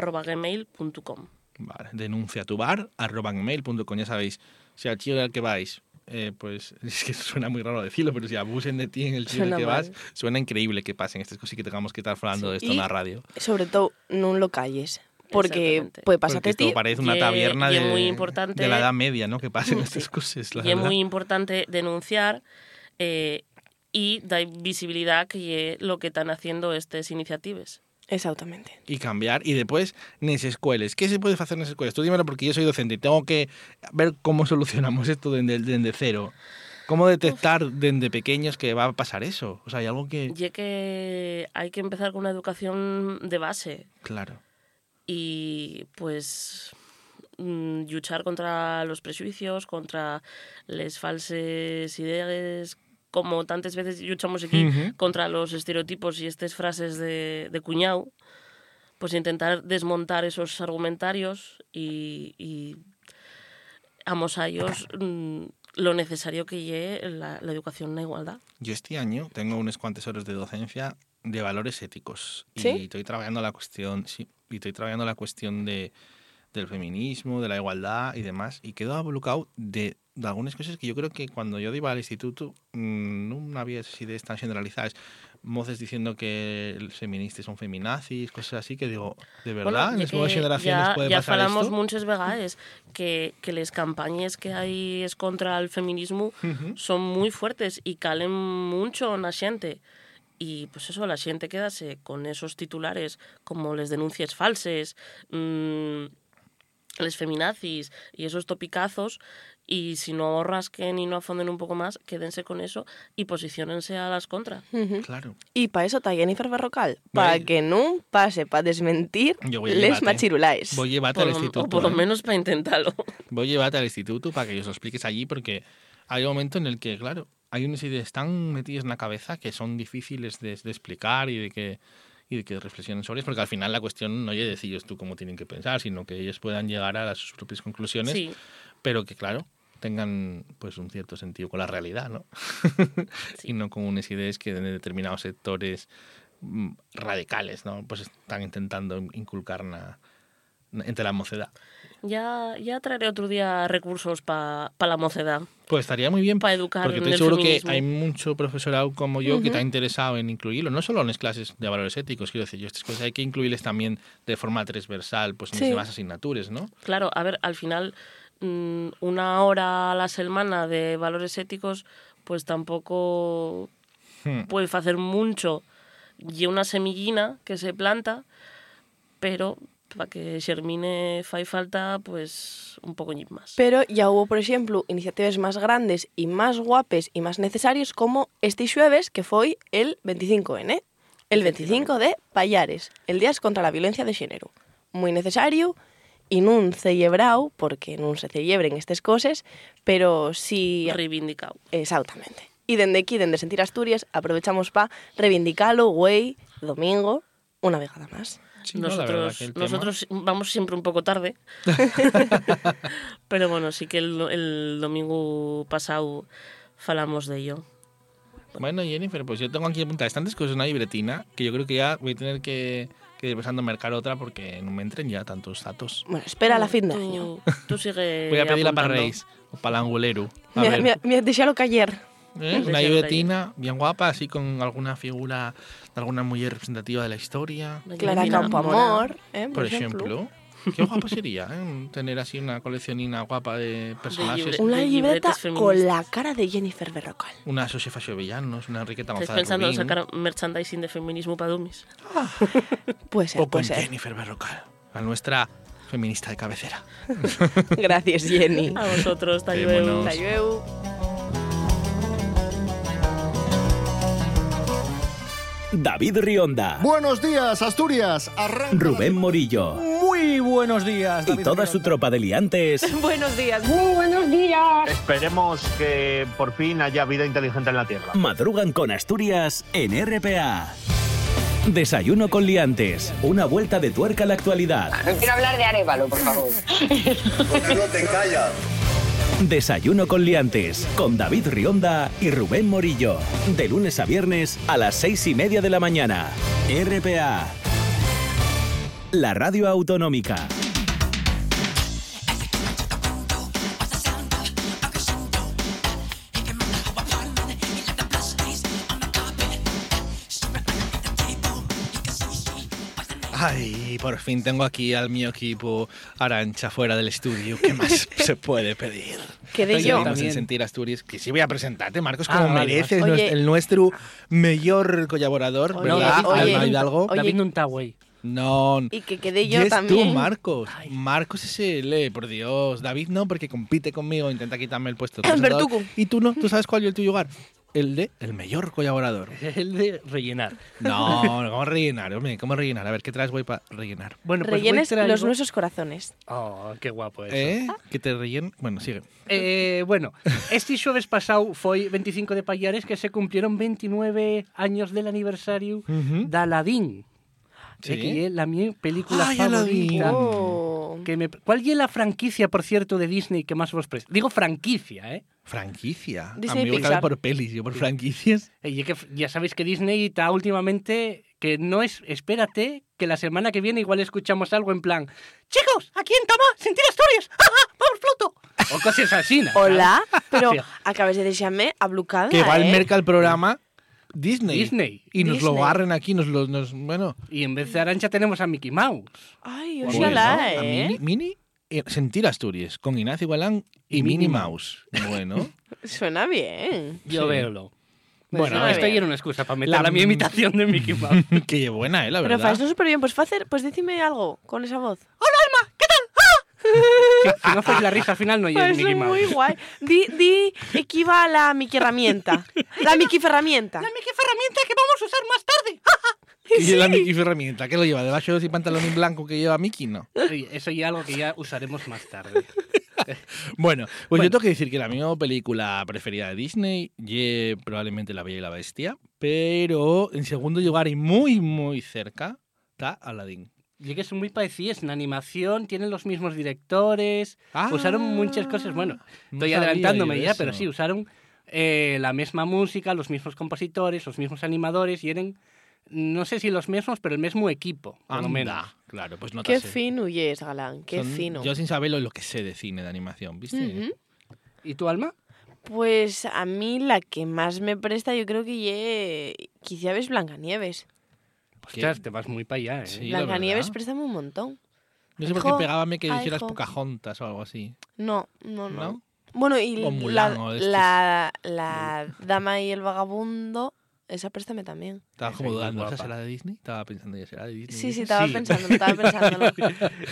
[SPEAKER 14] denunciatubar.gmail.com.
[SPEAKER 2] Vale, denuncia tu bar, arroba gmail.com, ya sabéis. Si al chico al que vais, eh, pues es que suena muy raro decirlo, pero si abusen de ti en el chico al
[SPEAKER 3] Suena
[SPEAKER 2] que vas,
[SPEAKER 3] mal.
[SPEAKER 2] suena increíble que pasen estas cosas y que tengamos que estar hablando de esto en
[SPEAKER 3] Y,
[SPEAKER 2] la radio.
[SPEAKER 3] Sobre todo, no lo calles, porque pues, puede pasar
[SPEAKER 2] Porque
[SPEAKER 3] que
[SPEAKER 2] esto
[SPEAKER 3] ti.
[SPEAKER 2] parece una
[SPEAKER 14] y-
[SPEAKER 2] taberna
[SPEAKER 14] y
[SPEAKER 2] de,
[SPEAKER 14] es muy importante-
[SPEAKER 2] de la Edad Media, ¿no? Que pasen estas cosas, la
[SPEAKER 14] y es
[SPEAKER 2] verdad.
[SPEAKER 14] muy importante denunciar eh, y dar visibilidad que es lo que están haciendo estas iniciativas.
[SPEAKER 3] Exactamente.
[SPEAKER 2] y cambiar. Y después, las escuelas. ¿Qué se puede hacer en las escuelas? Tú dímelo porque yo soy docente y tengo que ver cómo solucionamos esto desde, desde cero. ¿Cómo detectar desde pequeños que va a pasar eso? O sea, hay algo que...
[SPEAKER 14] Y que hay que empezar con una educación de base
[SPEAKER 2] Claro.
[SPEAKER 14] y pues mm, luchar contra los prejuicios, contra las falsas ideas, como tantas veces luchamos aquí
[SPEAKER 13] Ujú.
[SPEAKER 14] contra los estereotipos y estas frases de, de cuñado, pues intentar desmontar esos argumentarios y, y amos a ellos mm, lo necesario que lleve la, la educación en la igualdad.
[SPEAKER 2] Yo este año tengo unas cuantas horas de docencia de valores éticos.
[SPEAKER 14] ¿Sí?
[SPEAKER 2] Y estoy trabajando la cuestión, sí, y estoy trabajando la cuestión de, del feminismo, de la igualdad y demás. Y quedo abocado de, de algunas cosas que yo creo que cuando yo iba al instituto mm, no había esas ideas tan generalizadas. Moces diciendo que los feministas son feminazis, cosas así, que digo, ¿de verdad? en las nuevas generaciones
[SPEAKER 14] eh, ya,
[SPEAKER 2] puede
[SPEAKER 14] ya
[SPEAKER 2] pasar
[SPEAKER 14] falamos
[SPEAKER 2] esto.
[SPEAKER 14] muchas veces que, que las campañas que hay es contra el feminismo
[SPEAKER 2] Ujú.
[SPEAKER 14] son muy fuertes y calen mucho en la gente. Y pues eso, la gente quedase con esos titulares como les denuncias falses, mm, les feminazis y esos topicazos. Y si no rasquen y no afonden un poco más, quédense con eso y posicionense a las contras.
[SPEAKER 3] Ujú.
[SPEAKER 2] Claro.
[SPEAKER 3] Y para eso está Jennifer Berrocal, para
[SPEAKER 14] Vale.
[SPEAKER 3] que no pase, para desmentir
[SPEAKER 2] Yo voy a
[SPEAKER 3] les
[SPEAKER 2] llevarte.
[SPEAKER 3] machiruláis.
[SPEAKER 2] Voy a llevarte al
[SPEAKER 14] Por lo-
[SPEAKER 2] instituto.
[SPEAKER 14] o por lo
[SPEAKER 2] ¿eh?
[SPEAKER 14] menos para intentarlo.
[SPEAKER 2] Voy a llevarte al instituto para que os lo expliques allí, porque hay un momento en el que, claro, hay unas ideas tan metidas en la cabeza que son difíciles de, de explicar y de que y de que reflexionen sobre ellas, porque al final la cuestión no es decir ellos tú cómo tienen que pensar, sino que ellos puedan llegar a sus propias conclusiones,
[SPEAKER 14] Sí.
[SPEAKER 2] pero que, claro, tengan pues un cierto sentido con la realidad, ¿no? Y no con unas ideas que en determinados sectores mm, radicales, ¿no? Pues están intentando inculcar na- na- entre la mocedad.
[SPEAKER 14] Ya, ya traeré otro día recursos para la mocedad.
[SPEAKER 2] Pues estaría muy bien
[SPEAKER 14] para educar
[SPEAKER 2] Porque
[SPEAKER 14] en
[SPEAKER 2] estoy
[SPEAKER 14] el
[SPEAKER 2] seguro
[SPEAKER 14] feminismo.
[SPEAKER 2] que hay mucho profesorado como yo que
[SPEAKER 14] Ujú.
[SPEAKER 2] está interesado en incluirlo, no solo en las clases de valores éticos, quiero decir, yo estas cosas hay que incluirles también de forma transversal, pues en
[SPEAKER 14] Sí.
[SPEAKER 2] las demás asignaturas, ¿no?
[SPEAKER 14] Claro, a ver, al final mm, una hora a la semana de valores éticos pues tampoco
[SPEAKER 2] Hmm.
[SPEAKER 14] puede hacer mucho. Y una semillina que se planta, pero para que germine fai falta pues un poco más.
[SPEAKER 3] Pero ya hubo, por ejemplo, iniciativas más grandes y más guapes y más necesarias como este jueves, que fue el 25N, el 25 de Payares, el Día contra la Violencia de Género. Muy necesario y nun celebrado, porque nun se celebren estas cosas, pero sí...
[SPEAKER 14] Reivindicado.
[SPEAKER 3] Exactamente. Y dende aquí, dende Sentir Asturias, aprovechamos para reivindicalo, güey, domingo, una vegada más.
[SPEAKER 2] no, la verdad
[SPEAKER 14] nosotros,
[SPEAKER 2] que el tema-
[SPEAKER 14] nosotros vamos siempre un poco tarde. Pero bueno, sí que el, el domingo pasado falamos de ello.
[SPEAKER 2] Bueno, Jennifer, pues yo tengo aquí apuntadas tantas cosas en una libretina que yo creo que ya voy a tener que, que ir pensando en mercar otra porque no me entren ya tantos datos.
[SPEAKER 3] Bueno, espera a la fin de
[SPEAKER 14] Tú-
[SPEAKER 3] año.
[SPEAKER 14] Tú sigue
[SPEAKER 2] Voy a pedirla para
[SPEAKER 14] apuntando.
[SPEAKER 2] Reis o para el angulero. A
[SPEAKER 3] Mira,
[SPEAKER 2] ver,
[SPEAKER 3] mira, mira, deixalo caer.
[SPEAKER 2] ¿eh? una libretina bien guapa, así con alguna figura de alguna mujer representativa de la historia.
[SPEAKER 3] Clara Campoamor, eh,
[SPEAKER 2] Por,
[SPEAKER 3] por
[SPEAKER 2] ejemplo.
[SPEAKER 3] ejemplo.
[SPEAKER 2] Qué guapo sería ¿eh? tener así una coleccionina guapa de personajes.
[SPEAKER 3] Una libreta
[SPEAKER 14] libretes feministas.
[SPEAKER 3] con la cara de Jennifer Berrocal.
[SPEAKER 2] Una Josefa Jovellanos, una Enriqueta
[SPEAKER 14] ¿Estáis
[SPEAKER 2] González.
[SPEAKER 14] pensando en
[SPEAKER 2] Rubín,
[SPEAKER 14] sacar merchandising de feminismo para dummies?
[SPEAKER 3] Puede ser,
[SPEAKER 2] o con
[SPEAKER 3] puede ser.
[SPEAKER 2] Jennifer Berrocal, a nuestra feminista de cabecera.
[SPEAKER 3] Gracias, Jenny.
[SPEAKER 14] A vosotros, hasta
[SPEAKER 2] Vémonos.
[SPEAKER 14] luego.
[SPEAKER 2] Hasta
[SPEAKER 3] luego.
[SPEAKER 9] David Rionda,
[SPEAKER 7] Buenos días, Asturias.
[SPEAKER 9] Rubén Morillo
[SPEAKER 7] Muy buenos días.
[SPEAKER 9] y toda su tropa de liantes
[SPEAKER 3] buenos días.
[SPEAKER 15] Muy buenos días.
[SPEAKER 16] Esperemos que por fin haya vida inteligente en la Tierra.
[SPEAKER 9] madrugan con Asturias en RPA. Desayuno con liantes, una vuelta de tuerca a la actualidad.
[SPEAKER 15] No quiero hablar de Arevalo, por favor.
[SPEAKER 7] no te callas.
[SPEAKER 9] Desayuno con liantes, con David Rionda y Rubén Morillo. De lunes a viernes a las seis y media de la mañana. RPA. La radio autonómica.
[SPEAKER 2] Ay, por fin tengo aquí al mi equipo Arancha fuera del estudio. ¿Qué más se puede pedir?
[SPEAKER 3] Quedé
[SPEAKER 2] Estoy
[SPEAKER 3] yo.
[SPEAKER 2] feliz
[SPEAKER 3] También.
[SPEAKER 2] en sentir Asturias. Que sí voy a presentarte, Marcos,
[SPEAKER 5] Ah,
[SPEAKER 2] como
[SPEAKER 5] vale,
[SPEAKER 2] mereces
[SPEAKER 5] vale.
[SPEAKER 2] nos-
[SPEAKER 5] Oye.
[SPEAKER 2] el nuestro mejor colaborador, ¿verdad?
[SPEAKER 5] David, oye,
[SPEAKER 2] Alma Hidalgo.
[SPEAKER 5] David Nuntagüey.
[SPEAKER 2] No.
[SPEAKER 3] Y que quedé
[SPEAKER 2] Y
[SPEAKER 3] yo
[SPEAKER 2] es
[SPEAKER 3] también.
[SPEAKER 2] tú, Marcos. Marcos es el, eh, por Dios. David no, porque compite conmigo, intenta quitarme el puesto. de presentador.
[SPEAKER 3] Bertuco.
[SPEAKER 2] Y tú no, tú sabes cuál es el tuyo lugar. El de el mejor colaborador.
[SPEAKER 10] El de rellenar.
[SPEAKER 2] No, no, ¿cómo rellenar? Hombre, ¿cómo rellenar? A ver, ¿qué traes voy para rellenar?
[SPEAKER 10] Bueno, pues
[SPEAKER 3] Rellenes
[SPEAKER 10] voy traigo-
[SPEAKER 3] los nuestros corazones.
[SPEAKER 10] Oh, qué guapo eso.
[SPEAKER 2] ¿Eh? ¿Que te rellen? Bueno, sigue.
[SPEAKER 10] Eh, bueno, este xoves pasado foi 25 de Pallares que se cumplieron 29 años del aniversario
[SPEAKER 2] Ujú.
[SPEAKER 10] de Aladdin.
[SPEAKER 2] Sí.
[SPEAKER 10] Eh, que es la mi película
[SPEAKER 2] Ay, Aladdin.
[SPEAKER 10] favorita. Que me- ¿Cuál es la franquicia, por cierto, de Disney que más vos presta? Digo franquicia, ¿eh?
[SPEAKER 2] Franquicia.
[SPEAKER 10] Disney
[SPEAKER 2] a mí me
[SPEAKER 10] Pixar.
[SPEAKER 2] cabe por pelis, yo por franquicias.
[SPEAKER 10] Eh, y que f- ya sabéis que Disney está últimamente que no es. Espérate, que la semana que viene igual escuchamos algo en plan. Chicos, aquí en Tama, sentir Asturias. ¡Ah, ah, vamos, floto! O cosas así. ¿no?
[SPEAKER 3] Hola, pero
[SPEAKER 10] Sí.
[SPEAKER 3] acabes de deixarme ablucada,
[SPEAKER 2] Que va al
[SPEAKER 3] eh?
[SPEAKER 2] merca el programa Disney.
[SPEAKER 10] Disney.
[SPEAKER 2] Y nos lo
[SPEAKER 10] Disney.
[SPEAKER 2] barren aquí, nos lo. Nos, bueno.
[SPEAKER 10] Y en vez de Arancha tenemos a Mickey Mouse.
[SPEAKER 3] Ay,
[SPEAKER 2] Bueno,
[SPEAKER 3] ojalá,
[SPEAKER 2] a
[SPEAKER 3] eh.
[SPEAKER 2] Mini, Mini, eh, Sentir Asturias, con Ignacio Galán y, Mini Mouse. Bueno.
[SPEAKER 3] Suena bien.
[SPEAKER 10] Yo
[SPEAKER 2] Sí.
[SPEAKER 10] veolo.
[SPEAKER 2] Pues
[SPEAKER 10] Bueno,
[SPEAKER 2] muy
[SPEAKER 10] esto
[SPEAKER 2] bien.
[SPEAKER 10] ya era una excusa para meter
[SPEAKER 2] La-
[SPEAKER 10] la mi imitación de Mickey Mouse.
[SPEAKER 2] Qué buena, eh, la
[SPEAKER 3] Pero
[SPEAKER 2] verdad.
[SPEAKER 3] faeslo súper bien. Pues, facer, pues decime algo con esa voz.
[SPEAKER 10] Si, si no fue la risa al final, no llega
[SPEAKER 3] Pues
[SPEAKER 10] Mickey
[SPEAKER 3] es
[SPEAKER 10] Mouse.
[SPEAKER 3] muy guay. Di, di equiva a la Mickey herramienta. La Mickey herramienta. La
[SPEAKER 10] Mickey herramienta que vamos a usar más tarde.
[SPEAKER 2] Y la Mickey Ferramienta, ¿qué lo lleva? ¿Debajo de ese pantalón en blanco que lleva Mickey? No.
[SPEAKER 10] Sí, Eso ya algo que ya usaremos más tarde.
[SPEAKER 2] Bueno, pues yo tengo que decir que la mi película preferida de Disney ye probablemente La Bella y la Bestia, pero en segundo lugar y muy, muy cerca está Aladdin.
[SPEAKER 10] Y que son muy parecidas en animación, tienen los mismos directores,
[SPEAKER 2] Ah,
[SPEAKER 10] usaron muchas cosas. Bueno,
[SPEAKER 2] no
[SPEAKER 10] estoy
[SPEAKER 2] sabía
[SPEAKER 10] adelantándome
[SPEAKER 2] yo
[SPEAKER 10] ya,
[SPEAKER 2] eso.
[SPEAKER 10] pero sí, usaron eh, la misma música, los mismos compositores, los mismos animadores y eran, no sé si los mismos, pero el mismo equipo, por lo
[SPEAKER 2] Anda,
[SPEAKER 10] menos.
[SPEAKER 2] Claro, pues no
[SPEAKER 3] Qué fino y es, Galán. Qué fino.
[SPEAKER 2] Yo sin saberlo lo que sé de cine de animación, ¿viste?
[SPEAKER 3] Ujú.
[SPEAKER 10] ¿Y tu alma?
[SPEAKER 3] Pues a mí la que más me presta, yo creo que ye... quizá ves Blancanieves.
[SPEAKER 10] Ostras, te vas muy para allá, ¿eh?
[SPEAKER 2] Pues Sí, la
[SPEAKER 3] Blancanieves
[SPEAKER 2] verdad.
[SPEAKER 3] préstame un montón.
[SPEAKER 2] No sé por
[SPEAKER 3] Hijo,
[SPEAKER 2] qué pegábame que
[SPEAKER 3] ah,
[SPEAKER 2] hicieras
[SPEAKER 3] hijo.
[SPEAKER 2] Pocahontas o algo así.
[SPEAKER 3] No, no, no.
[SPEAKER 2] ¿No?
[SPEAKER 3] Bueno, y
[SPEAKER 2] O Mulan,
[SPEAKER 3] la,
[SPEAKER 2] o de estos.
[SPEAKER 3] la, la dama y el vagabundo, esa préstame también.
[SPEAKER 2] Estaba
[SPEAKER 10] Esa
[SPEAKER 2] como
[SPEAKER 10] es muy
[SPEAKER 2] dudando, ¿esa
[SPEAKER 10] guapa.
[SPEAKER 2] será de Disney? Estaba pensando, ¿ya será de Disney?
[SPEAKER 3] Sí, sí,
[SPEAKER 2] Disney?
[SPEAKER 3] estaba pensando, estaba pensando.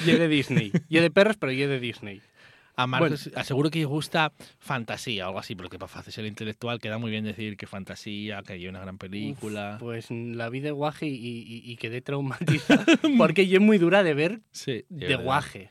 [SPEAKER 10] Y es de Disney. Y es de perros, pero y es de Disney.
[SPEAKER 2] A Marcos aseguro que le gusta fantasía o algo así, porque para hacer el intelectual queda muy bien decir que fantasía, que hay una gran película.
[SPEAKER 10] Pues la vi de guaje y, y- y quedé traumatizada. Porque ella es muy dura de ver
[SPEAKER 2] sí,
[SPEAKER 10] de
[SPEAKER 2] verdad.
[SPEAKER 10] guaje.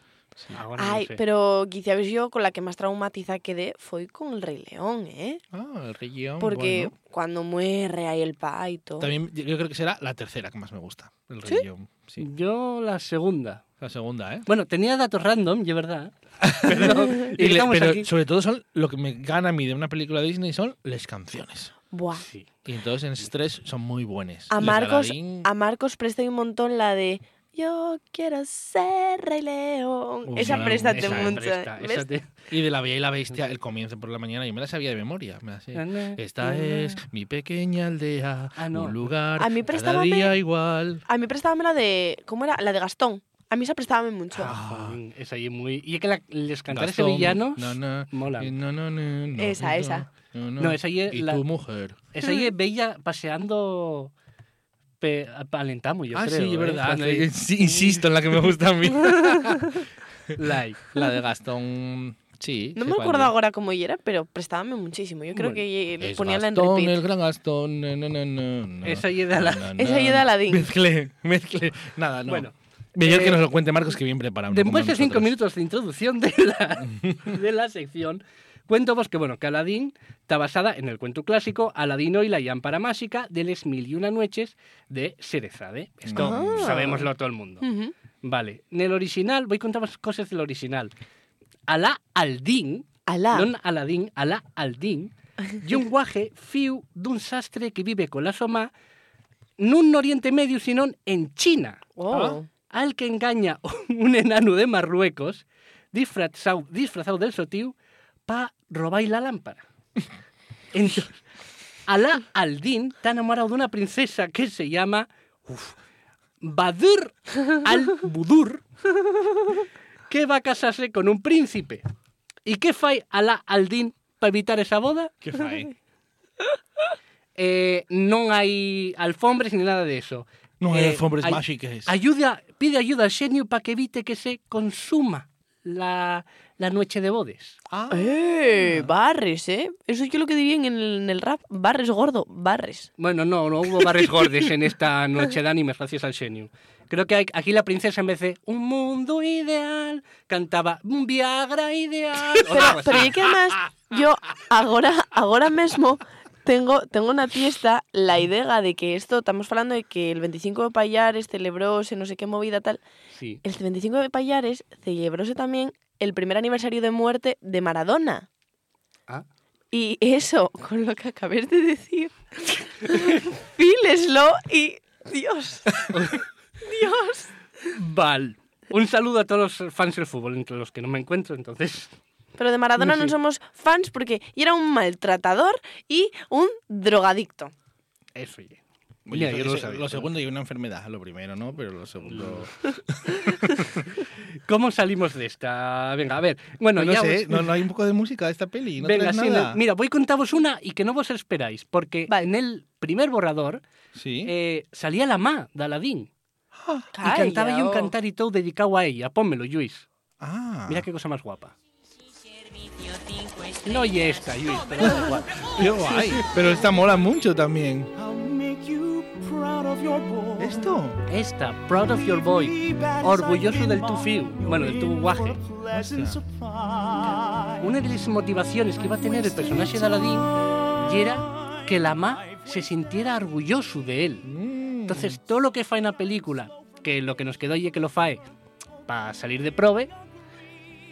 [SPEAKER 10] Ahora no
[SPEAKER 3] Ay,
[SPEAKER 10] sé.
[SPEAKER 3] pero quizá ves yo con la que más traumatizada quedé fue con el Rey León, ¿eh?
[SPEAKER 2] Ah, el región.
[SPEAKER 3] Porque
[SPEAKER 2] bueno.
[SPEAKER 3] cuando muere ahí el paito.
[SPEAKER 2] También yo yo creo que será la tercera que más me gusta, el
[SPEAKER 3] ¿Sí? Mm.
[SPEAKER 2] región. Sí.
[SPEAKER 10] Yo la segunda.
[SPEAKER 2] La segunda, ¿eh?
[SPEAKER 10] Bueno, tenía datos random, de verdad. Pero,
[SPEAKER 2] Y le-
[SPEAKER 10] estamos
[SPEAKER 2] pero
[SPEAKER 10] aquí.
[SPEAKER 2] sobre todo son lo que me gana a mí de una película de Disney son las canciones.
[SPEAKER 3] Buah.
[SPEAKER 2] Y entonces en esos tres son muy buenos.
[SPEAKER 3] A
[SPEAKER 2] Los
[SPEAKER 3] Marcos,
[SPEAKER 2] Aladdin,
[SPEAKER 3] a Marcos Presta un montón la de Yo quiero ser Rey León.
[SPEAKER 2] Uy,
[SPEAKER 3] esa
[SPEAKER 2] no,
[SPEAKER 3] préstate
[SPEAKER 2] esa
[SPEAKER 3] mucho.
[SPEAKER 2] presta, esa
[SPEAKER 3] ¿ves?
[SPEAKER 2] te- Y de la Bella y la Bestia, el comienzo por la mañana, yo me la sabía de memoria. me la sé.
[SPEAKER 3] Anda,
[SPEAKER 2] Esta
[SPEAKER 3] anda.
[SPEAKER 2] es mi pequeña aldea,
[SPEAKER 3] Ah, no.
[SPEAKER 2] un lugar,
[SPEAKER 3] A mí
[SPEAKER 2] cada
[SPEAKER 3] préstamame-
[SPEAKER 2] día igual.
[SPEAKER 3] A mí prestábame la de. ¿Cómo era? La de Gastón. A mí esa prestábame mucho.
[SPEAKER 2] Ah,
[SPEAKER 10] Jolín, Es ahí muy. Y es que la- les cantares
[SPEAKER 2] Gastón,
[SPEAKER 10] sevillanos.
[SPEAKER 2] no, no,
[SPEAKER 10] molan.
[SPEAKER 2] eh, No, no, no, no,
[SPEAKER 3] Esa,
[SPEAKER 2] no,
[SPEAKER 3] esa.
[SPEAKER 2] No, no.
[SPEAKER 10] No, esa ahí es
[SPEAKER 2] y
[SPEAKER 10] la-
[SPEAKER 2] tu mujer.
[SPEAKER 10] Esa ahí
[SPEAKER 2] Mm.
[SPEAKER 10] es bella paseando. Pe, alentamos, yo
[SPEAKER 2] Ah,
[SPEAKER 10] creo.
[SPEAKER 2] sí,
[SPEAKER 10] ¿eh?
[SPEAKER 2] es verdad.
[SPEAKER 10] Hace-
[SPEAKER 2] Eh, sí, insisto en la que me gusta a mí.
[SPEAKER 10] Like.
[SPEAKER 2] La de Gastón, sí.
[SPEAKER 3] No
[SPEAKER 2] sé
[SPEAKER 3] me
[SPEAKER 2] cuál
[SPEAKER 3] acuerdo
[SPEAKER 2] es.
[SPEAKER 3] ahora cómo era, pero prestábame muchísimo. Yo creo
[SPEAKER 2] Bueno,
[SPEAKER 3] que le
[SPEAKER 2] Es
[SPEAKER 3] ponían la en
[SPEAKER 2] Gastón,
[SPEAKER 3] repeat.
[SPEAKER 2] el gran Gastón. No, no, no, no, no.
[SPEAKER 10] Esa ahí de Ala-
[SPEAKER 2] No, no,
[SPEAKER 3] Esa
[SPEAKER 2] no.
[SPEAKER 3] ayuda a Aladín.
[SPEAKER 2] Mezcle, mezcle. Nada, no.
[SPEAKER 10] Bueno,
[SPEAKER 2] Mejor
[SPEAKER 10] eh,
[SPEAKER 2] que nos lo cuente Marcos, que bien preparado.
[SPEAKER 10] Después de cinco minutos de introducción de la, de la sección, cuento vos que, bueno, que Aladdin está basada en el cuento clásico Aladino y la lámpara mágica de Les Mil y Una Noches de Serezade. Esto
[SPEAKER 5] Ah.
[SPEAKER 10] sabemoslo todo el mundo. Vale, en el original, voy a contar más cosas del original. Alá Aldín,
[SPEAKER 3] Alá.
[SPEAKER 10] non Aladín, Alá Aldín, y un guaje fiu dun sastre que vive con la soma nun Oriente Medio, sino en China.
[SPEAKER 3] Oh.
[SPEAKER 10] Al que engaña un enano de Marruecos disfrazado, disfrazado del sotiu pa robar la lámpara. Entonces, Alá Aldín está enamorado de una princesa que se llama uf, Badur al-Budur, que va a casarse con un príncipe. ¿Y qué fai Alá Aldín para evitar esa boda?
[SPEAKER 2] ¿Qué fai?
[SPEAKER 10] Eh, non hai alfombres ni nada de eso.
[SPEAKER 2] Non hai
[SPEAKER 10] Eh,
[SPEAKER 2] alfombres
[SPEAKER 10] ay-
[SPEAKER 2] máxicas.
[SPEAKER 10] Ayuda, pide ayuda al xenio para que evite que se consuma la, la noche de bodes.
[SPEAKER 3] Eh, barres, ¿eh? Eso yo lo que dirían en el, en el rap. Barres gordo, barres.
[SPEAKER 10] Bueno, no, no hubo barres gordes en esta noche de animes gracias al xenio. Creo que hay- aquí la princesa en vez de un mundo ideal cantaba un Viagra ideal. o
[SPEAKER 3] Pero,
[SPEAKER 10] algo así.
[SPEAKER 3] pero é que además yo agora agora mesmo tengo tengo na tiesta la idea de que esto estamos falando de que el 25 de Payares celebróse no sé qué movida tal.
[SPEAKER 10] Sí.
[SPEAKER 3] El 25 de Payares celebróse también el primer aniversario de muerte de Maradona.
[SPEAKER 10] Ah.
[SPEAKER 3] Y eso, con lo que acabas de decir, fíleslo y Dios. Dios.
[SPEAKER 10] Val. Un saludo a todos los fans del fútbol, entre los que no me encuentro, entonces.
[SPEAKER 3] Pero de Maradona
[SPEAKER 10] Sí.
[SPEAKER 3] no somos fans porque era un maltratador y un drogadicto.
[SPEAKER 10] Eso ya.
[SPEAKER 2] Oye,
[SPEAKER 10] Mira, yo no
[SPEAKER 2] eso-
[SPEAKER 10] lo sabía.
[SPEAKER 2] lo segundo y una enfermedad, lo primero, ¿no? Pero lo segundo.
[SPEAKER 10] ¿Cómo salimos de esta? Venga, a ver. Bueno,
[SPEAKER 2] Pues no
[SPEAKER 10] ya
[SPEAKER 2] sé,
[SPEAKER 10] os-
[SPEAKER 2] no, no hay un poco de música de esta peli. No
[SPEAKER 10] Venga,
[SPEAKER 2] traes
[SPEAKER 10] sí,
[SPEAKER 2] nada.
[SPEAKER 10] no- mira, voy a contaros una y que no vos esperáis, porque en el primer borrador eh, salía la ma de Aladín. y cantaba
[SPEAKER 3] oh.
[SPEAKER 10] yo un cantar y todo dedicado a ella. Pónmelo, Luis.
[SPEAKER 2] Ah.
[SPEAKER 10] Mira qué cosa más guapa. No y esta, Luis, pero da igual.
[SPEAKER 2] Qué guay. Pero esta mola mucho también. ¿Esto?
[SPEAKER 10] Esta, Proud of Your Boy. Orgulloso del tu fiu. Bueno, del tu guaje. Una de las motivaciones que iba a tener el personaje de Aladdin y era que la ma se sintiera orgulloso de él.
[SPEAKER 3] Mm.
[SPEAKER 10] Entonces, todo lo que fae en la película, que lo que nos quedó y que lo fae para salir de prove,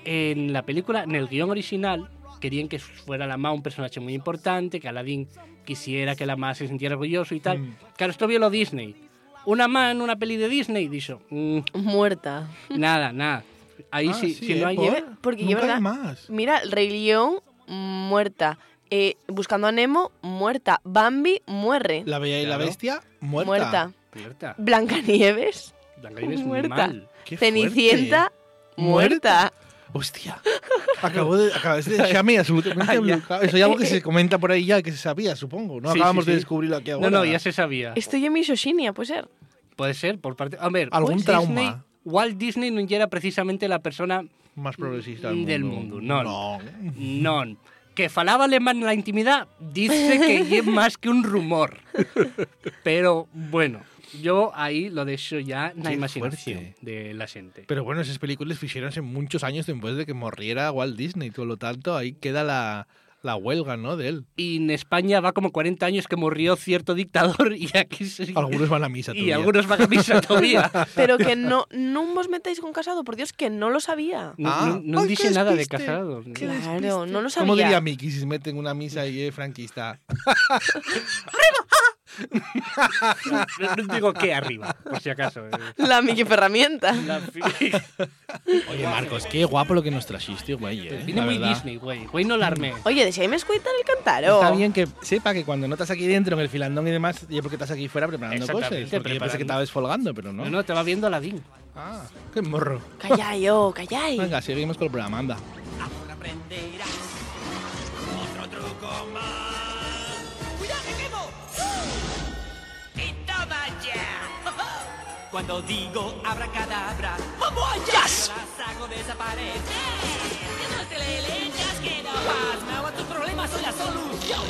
[SPEAKER 10] en la película, en el guión original, querían que fuera la ma un personaje muy importante, que Aladdin quisiera que la ma se sintiera orgulloso y tal.
[SPEAKER 3] Mm.
[SPEAKER 10] Claro, esto vio lo Disney. Una ma en una peli de Disney, dijo, "Mm,
[SPEAKER 3] Muerta.
[SPEAKER 10] nada, nada. Ahí
[SPEAKER 3] Ah,
[SPEAKER 10] sí,
[SPEAKER 3] sí,
[SPEAKER 10] si no
[SPEAKER 3] ¿eh?
[SPEAKER 10] hay...
[SPEAKER 3] ¿Por? Porque yo, ¿verdad? Mira, el Rey León, muerta. Eh, buscando a Nemo, muerta. Bambi, muere.
[SPEAKER 2] La Bella y la Bestia, muerta.
[SPEAKER 3] Muerta.
[SPEAKER 10] Muerta.
[SPEAKER 3] Blancanieves,
[SPEAKER 10] Blancanieves
[SPEAKER 3] muerta.
[SPEAKER 10] mal. Qué
[SPEAKER 3] Cenicienta, muerta.
[SPEAKER 2] Hostia. Acabo de, acabas de dejarme absolutamente bloqueado. Eso ya algo que se comenta por ahí ya, que se sabía, supongo. No
[SPEAKER 10] Sí,
[SPEAKER 2] acabamos
[SPEAKER 10] sí,
[SPEAKER 2] de
[SPEAKER 10] sí.
[SPEAKER 2] descubrirlo aquí
[SPEAKER 10] No,
[SPEAKER 2] ahora.
[SPEAKER 10] no, ya se sabía.
[SPEAKER 3] Estoy en mi Shoshinia, puede ser.
[SPEAKER 10] Puede ser, por parte... A ver,
[SPEAKER 2] Algún
[SPEAKER 10] Walt
[SPEAKER 2] trauma.
[SPEAKER 10] Disney- Walt Disney no era precisamente la persona
[SPEAKER 2] Más progresista del
[SPEAKER 10] del,
[SPEAKER 2] mundo.
[SPEAKER 10] mundo. Non.
[SPEAKER 2] No.
[SPEAKER 10] Non. Que falaba alemán en la intimidad, dice que es más que un rumor. Pero bueno, yo ahí lo dejo ya en la
[SPEAKER 2] Qué
[SPEAKER 10] imaginación
[SPEAKER 2] fuerte.
[SPEAKER 10] de la gente.
[SPEAKER 2] Pero bueno, esas películas hicieron hace muchos años después de que morriera Walt Disney. Por lo tanto, ahí queda la, La huelga, ¿no? De él.
[SPEAKER 10] Y en España va como 40 años que murió cierto dictador y aquí se...
[SPEAKER 2] Algunos van a misa
[SPEAKER 10] Y
[SPEAKER 2] todavía.
[SPEAKER 10] algunos van a misa todavía.
[SPEAKER 3] Pero que no, no vos metáis con Casado, por Dios, que no lo sabía.
[SPEAKER 10] No- Ah. no- no Ay, dice qué nada de despiste, Casado. qué
[SPEAKER 3] Claro, no lo sabía.
[SPEAKER 2] ¿Cómo diría Miki si se mete en una misa y es franquista?
[SPEAKER 10] No, no digo que arriba, por si acaso. eh.
[SPEAKER 3] La Miki Ferramienta.
[SPEAKER 2] Oye, Marcos, qué guapo lo que nos trajiste, güey. eh,
[SPEAKER 10] Viene
[SPEAKER 2] la
[SPEAKER 10] muy
[SPEAKER 2] verdad.
[SPEAKER 10] Disney, güey. Güey, no la armé.
[SPEAKER 3] Oye, de si ahí me escuchan el cantar.
[SPEAKER 2] Está bien que sepa que cuando no estás aquí dentro en el filandón y demás, yo porque estás aquí fuera preparando cosas.
[SPEAKER 10] Exactamente,
[SPEAKER 2] Porque yo pensé que
[SPEAKER 10] preparando.
[SPEAKER 2] estabas folgando, pero no.
[SPEAKER 10] No, no, te va viendo Aladín.
[SPEAKER 2] Ah, qué morro.
[SPEAKER 3] Callay, oh, callay.
[SPEAKER 2] Venga, seguimos con el programa, anda.
[SPEAKER 17] Otro truco más. ¡Cuidado, que quemo! ¡Y toma ya!
[SPEAKER 7] Cuando digo abracadabra,
[SPEAKER 17] ¡Vamos allá!
[SPEAKER 7] ¡Yas! las hago desaparecer. Que no te le echas, que no vas. Me hago tus problemas, soy la solución.